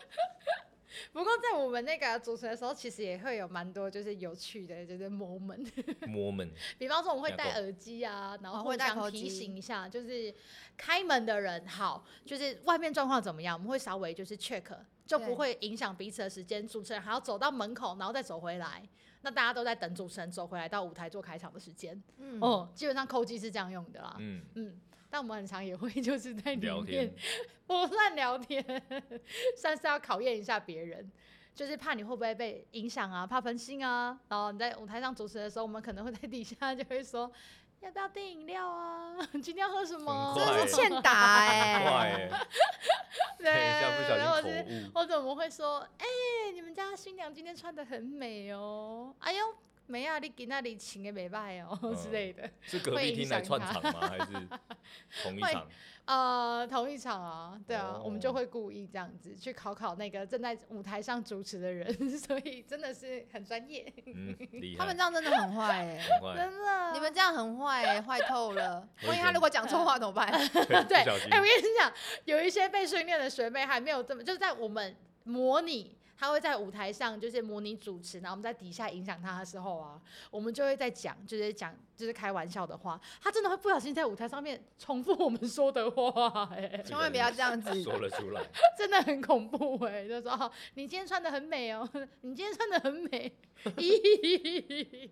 Speaker 4: <laughs> 不过在我们那个主持的时候，其实也会有蛮多就是有趣的，就是 moment。
Speaker 2: 摸门，
Speaker 4: 比方说我们会
Speaker 2: 讲
Speaker 4: 戴
Speaker 2: 过
Speaker 4: 耳机啊，然后
Speaker 3: 哦
Speaker 4: 互
Speaker 3: 会戴
Speaker 4: 相
Speaker 3: 口
Speaker 4: 提
Speaker 3: 机
Speaker 4: 醒一下，就是开门的人好，就是外面状况怎么样，我们会稍微就是 check，就不
Speaker 3: 对
Speaker 4: 会影响彼此的时间。主持人还要走到门口，然后再走回来。那大家都在等主持人走回来到舞台做开场的时间。
Speaker 3: 嗯，
Speaker 4: 哦，基本上扣机是这样用的啦。
Speaker 2: 嗯，
Speaker 4: 嗯，但我们很常也会就是在里
Speaker 2: 聊
Speaker 4: 面
Speaker 2: 天，
Speaker 4: <laughs> 不算聊天，算是要考验一下别人，就是怕你会不会被影响啊，怕分心啊。然后你在舞台上主持的时候，我们可能会在底下就会说，要不要订饮料啊？ <laughs> 今天要喝什么？
Speaker 2: 很快
Speaker 3: 这是欠打哎，
Speaker 2: 快欸，
Speaker 4: <laughs> 对，
Speaker 2: 等一下不
Speaker 4: 或
Speaker 2: 小
Speaker 4: 者是
Speaker 2: 心口误，
Speaker 4: 或者我们会说，哎、你们家新娘今天穿的很美哦，哎呦，美啊，你给那里请的美拜哦、
Speaker 2: 嗯
Speaker 4: 之类的。
Speaker 2: 是隔
Speaker 4: 会
Speaker 2: 壁
Speaker 4: 影
Speaker 2: 厅来
Speaker 4: 响
Speaker 2: 串
Speaker 4: 他
Speaker 2: 场吗？还是同一
Speaker 4: 会
Speaker 2: 场？
Speaker 4: 呃，同一场啊，对啊，我们就
Speaker 2: 哦
Speaker 4: 会故意这样子去考考那个正在舞台上主持的人， <laughs> 所以真的是很专业，
Speaker 2: 嗯，厉害。
Speaker 3: 他们这样真的很坏哎。
Speaker 4: <laughs>
Speaker 2: 很快，
Speaker 4: 真的。
Speaker 3: 你们这样很坏、欸，坏透了。
Speaker 2: 我
Speaker 3: 万一
Speaker 2: 以
Speaker 3: 他
Speaker 2: 前
Speaker 3: 如果讲错话怎么
Speaker 4: <laughs> 哦
Speaker 3: 办？
Speaker 2: 对，
Speaker 4: 对，
Speaker 2: 不小心
Speaker 4: 哎、我跟你讲，有一些被训练的学妹还没有这么，就是在我们模拟。她会在舞台上就是模拟主持，然后我们在底下影响她的时候啊，我们就会在讲，就是讲就是开玩笑的话，她真的会不小心在舞台上面重复我们说的话、哎，
Speaker 3: 千万不要这样子。
Speaker 2: 说了出来，
Speaker 4: 真的很恐怖哎、 <laughs> 就说、哦、你今天穿的很美哦，你今天穿的很
Speaker 2: <laughs>
Speaker 4: 美，咦，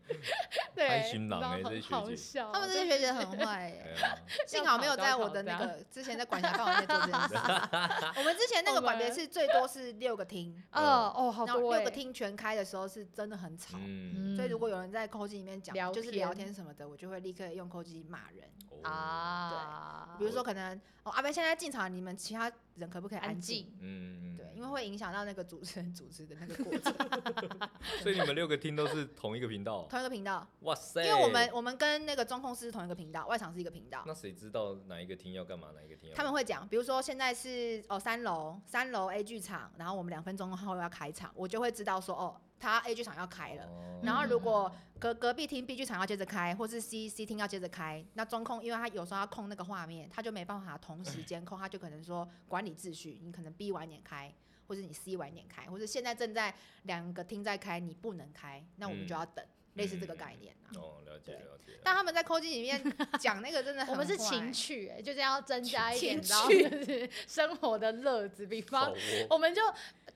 Speaker 4: 对，
Speaker 2: 贪心狼欸
Speaker 4: 然后
Speaker 2: 这些学姐
Speaker 4: 好笑，哦
Speaker 3: 他们这
Speaker 4: <laughs>
Speaker 3: 些学姐很坏、
Speaker 2: 哎
Speaker 3: 欸，
Speaker 2: 呀
Speaker 3: 幸好没有在我的
Speaker 4: 啊
Speaker 3: 那个之前在管辖范围内做这件
Speaker 4: <laughs>
Speaker 3: 事。我们之前那个管别是最多是六个厅，
Speaker 4: 呃哦好
Speaker 3: 然后
Speaker 4: 多
Speaker 3: 六
Speaker 4: 哎、
Speaker 3: 个厅全开的时候是真的很吵。
Speaker 2: 嗯，
Speaker 3: 所以如果有人在扣机里面讲
Speaker 4: 聊
Speaker 3: 就是
Speaker 4: 天
Speaker 3: 聊天什么的，我就会立刻用扣机骂人。
Speaker 2: 哦，
Speaker 4: 啊，
Speaker 3: 比如说可能哦阿贝现在进场，你们其他人可不可以
Speaker 4: 安
Speaker 3: 安静？
Speaker 4: 静，
Speaker 2: 嗯，
Speaker 3: 对，因为会影响到那个主持人主持的那个过程。
Speaker 2: <laughs> 所以你们六个厅都是同一个频
Speaker 3: <laughs>
Speaker 2: 道，
Speaker 3: 同一个频道，
Speaker 2: 哇塞！
Speaker 3: 因为我们我们跟那个中控室是同一个频道，外场是一个频道。
Speaker 2: 那谁知道哪一个厅要干嘛，哪一个厅要
Speaker 3: 他
Speaker 2: 干嘛
Speaker 3: 们会讲，比如说现在是哦三楼，三楼 A 剧场，然后我们两分钟后要开场，我就会知道说哦，他 A 剧场要开了。
Speaker 2: 哦
Speaker 3: 然后如果隔隔壁厅 B 剧场要接着开，或是 C C 厅要接着开，那中控因为他有时候要控那个画面，他就没办法同时监控，他就可能说管理秩序，你可能 B 晚一点开，或者你 C 晚一点开，或者现在正在两个厅在开，你不能开，那我们就要等。类似这个概念啊。
Speaker 2: 哦，了解
Speaker 3: 对
Speaker 2: 了解。
Speaker 3: 但他们在扣进里面讲那个真的很
Speaker 4: <laughs> 我们是
Speaker 3: 坏
Speaker 4: 情趣、欸，就是要增加一点，
Speaker 3: 情
Speaker 4: 然后就是生活的乐子，比方
Speaker 2: 好哦
Speaker 4: 我们就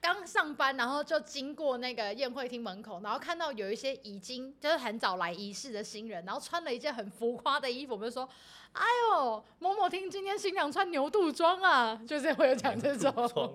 Speaker 4: 刚上班，然后就经过那个宴会厅门口，然后看到有一些已经就是很早来仪式的新人，然后穿了一件很浮夸的衣服，我们就说：“哎呦，某某厅今天新娘穿牛肚装啊！” <laughs> 就是会有讲这种，
Speaker 2: 服
Speaker 3: <laughs>
Speaker 2: 装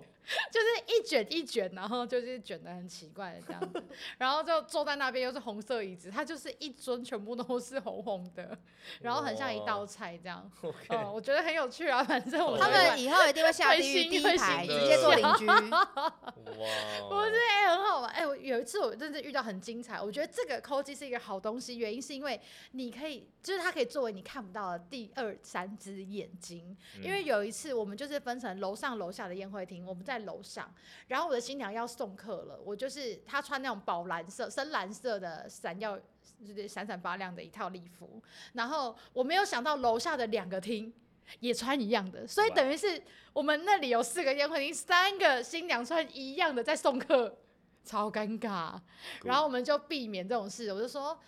Speaker 4: 就是一卷一卷，然后就是卷的很奇怪的这样子，然后就坐在那边又是红色椅子，它就是一尊全部都是红红的，然后很像一道菜这样。
Speaker 2: OK，
Speaker 4: 嗯，我觉得很有趣啊，反正我
Speaker 3: 他
Speaker 4: 会
Speaker 3: 们以后一定会下地
Speaker 4: 会
Speaker 3: 狱
Speaker 4: 心
Speaker 3: 第一
Speaker 4: 会
Speaker 3: 排，
Speaker 2: 心
Speaker 3: 直接做 <laughs>
Speaker 2: 的
Speaker 3: 邻居。
Speaker 2: 哇，
Speaker 4: 不是，哎、很好玩。哎、我有一次我真的遇到很精彩，我觉得这个抠机是一个好东西，原因是因为你可以，就是它可以作为你看不到的第二、三只眼睛。
Speaker 2: 嗯，
Speaker 4: 因为有一次我们就是分成楼上楼下的宴会厅，我们在楼上，然后我的新娘要送客了，我就是她穿那种宝蓝色、深蓝色的闪耀。就是闪闪发亮的一套礼服，然后我没有想到楼下的两个厅也穿一样的，所以
Speaker 2: 哇
Speaker 4: 等于是我们那里有四个宴会厅，三个新娘穿一样的在送客，超尴尬。然后我们就避免这种事，我就说，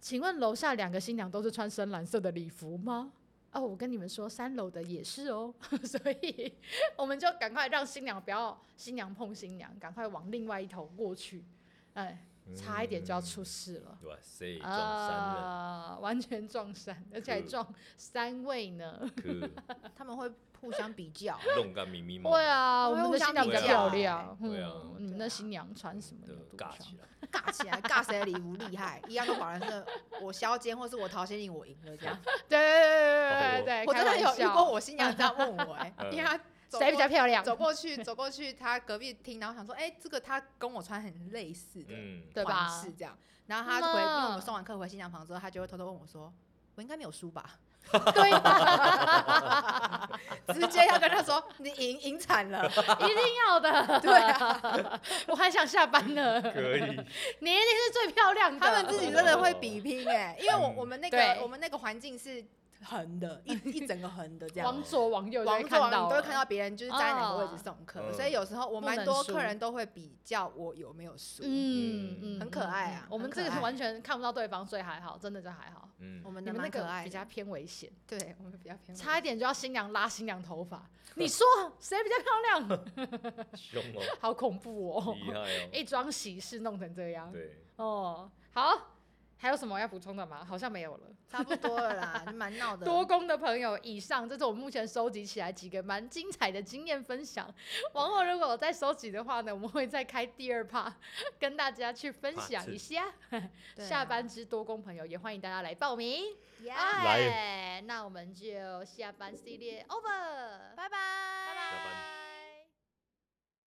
Speaker 4: 请问楼下两个新娘都是穿深蓝色的礼服吗？哦，我跟你们说，三楼的也是哦， <laughs> 所以我们就赶快让新娘不要新娘碰新娘，赶快往另外一头过去，哎，差一点就要出事了。
Speaker 2: 哇
Speaker 3: 呃
Speaker 2: 塞，嗯撞山了，
Speaker 4: 啊、完全撞山，而且还
Speaker 2: 嗯
Speaker 4: 撞三位呢。
Speaker 3: <laughs>
Speaker 2: 可
Speaker 3: 他们会互相比较，
Speaker 2: 弄干咪咪嘛，
Speaker 4: 对啊，
Speaker 3: 我
Speaker 4: 我
Speaker 3: 们
Speaker 4: 们
Speaker 3: 互
Speaker 4: 的
Speaker 3: 相
Speaker 4: 新娘比
Speaker 2: 比
Speaker 4: 较
Speaker 2: 较
Speaker 4: 漂亮，
Speaker 2: 对啊
Speaker 4: 嗯，你们
Speaker 3: 对
Speaker 4: 的
Speaker 3: 啊
Speaker 4: 新娘穿什么
Speaker 2: 的
Speaker 4: 牛肚
Speaker 2: 尬
Speaker 4: 装？
Speaker 2: 起来，
Speaker 3: 尬起来，尬谁的礼服厉害，一样都保蓝色。我削尖或是我桃心领，我赢了 <laughs> 这样。
Speaker 4: 对
Speaker 2: 哦
Speaker 4: 对对对对对，
Speaker 3: 我真的有遇过
Speaker 4: 我
Speaker 3: 我新 <laughs> 娘这样问我、哎，
Speaker 2: 嗯
Speaker 3: 因为她走
Speaker 4: 谁比较
Speaker 3: 过
Speaker 4: 漂亮，
Speaker 3: 走过去，走过去，她隔壁厅，然后想说，哎、这个她跟我穿很类似的
Speaker 2: 嗯，
Speaker 4: 对吧
Speaker 3: 款式这样。然后她回，
Speaker 4: 嗯
Speaker 3: 因为我们送完客回新娘房之后，她就会偷偷问我说。我应该没有输吧？ <laughs>
Speaker 4: <laughs> 对啊吧？
Speaker 3: 直接要跟她说你赢赢惨了， <laughs>
Speaker 4: 一定要的，
Speaker 3: 对啊，
Speaker 4: 我还想下班呢。
Speaker 2: 可以，
Speaker 4: 你一定是最漂亮的。
Speaker 3: 他们自己真的会比拼
Speaker 4: <laughs>
Speaker 3: 哎、因为我
Speaker 2: 嗯
Speaker 3: 我们那个
Speaker 4: 对
Speaker 3: 我们那个环境是横的，
Speaker 4: <laughs>
Speaker 3: 一一整个横的这样，
Speaker 4: 往左往右就
Speaker 3: 网
Speaker 4: 会
Speaker 3: 络
Speaker 4: 看
Speaker 3: 网
Speaker 4: 到，
Speaker 3: 你都会看到。别人就是在哪个位置送客，
Speaker 4: 嗯
Speaker 2: 哦
Speaker 3: 所以有时候我
Speaker 4: 不
Speaker 3: 蛮
Speaker 4: 能
Speaker 3: 多
Speaker 4: 输
Speaker 3: 客人都会比较我有没有输。
Speaker 4: 嗯
Speaker 2: 嗯
Speaker 4: 嗯，
Speaker 3: 很可爱啊
Speaker 4: 嗯我们
Speaker 3: 很可
Speaker 4: 这
Speaker 3: 爱
Speaker 4: 个是完全看不到对方，所以还好，真的就还好。
Speaker 2: 嗯
Speaker 3: 我，们
Speaker 4: 你
Speaker 3: 的
Speaker 4: 们那
Speaker 3: 蛮可
Speaker 4: 个
Speaker 3: 爱的，
Speaker 4: 比较偏危险，
Speaker 3: 对我们比较
Speaker 4: <laughs>
Speaker 3: 偏
Speaker 4: 差一
Speaker 3: 点
Speaker 4: 点就要新娘拉新娘头
Speaker 3: <laughs>
Speaker 4: 发。你说谁比较漂亮？ <laughs>
Speaker 2: 凶
Speaker 3: <laughs>
Speaker 2: 哦，
Speaker 4: 好恐怖哦！
Speaker 2: 厉害
Speaker 3: 哎
Speaker 4: 一桩喜事弄成这样
Speaker 2: 哦，。对，
Speaker 4: 哦，好，还有什么要补充的吗？好像没有了。
Speaker 3: 差不多了啦，就蛮闹的。
Speaker 4: 多功的朋友，以上这是我目前收集起来几个蛮精彩的经验
Speaker 3: <laughs>
Speaker 4: 分享。往后如果我再收集的话呢，我们会再开第二趴， <laughs> 跟大家去分享一下。 <laughs>
Speaker 3: 对啊
Speaker 4: 下班之多功朋友也欢迎大家来报名。
Speaker 3: Yeah，
Speaker 2: 来
Speaker 4: 哎，那我们就下班系列 over，
Speaker 3: 拜拜，
Speaker 2: 下
Speaker 3: 拜
Speaker 2: 班。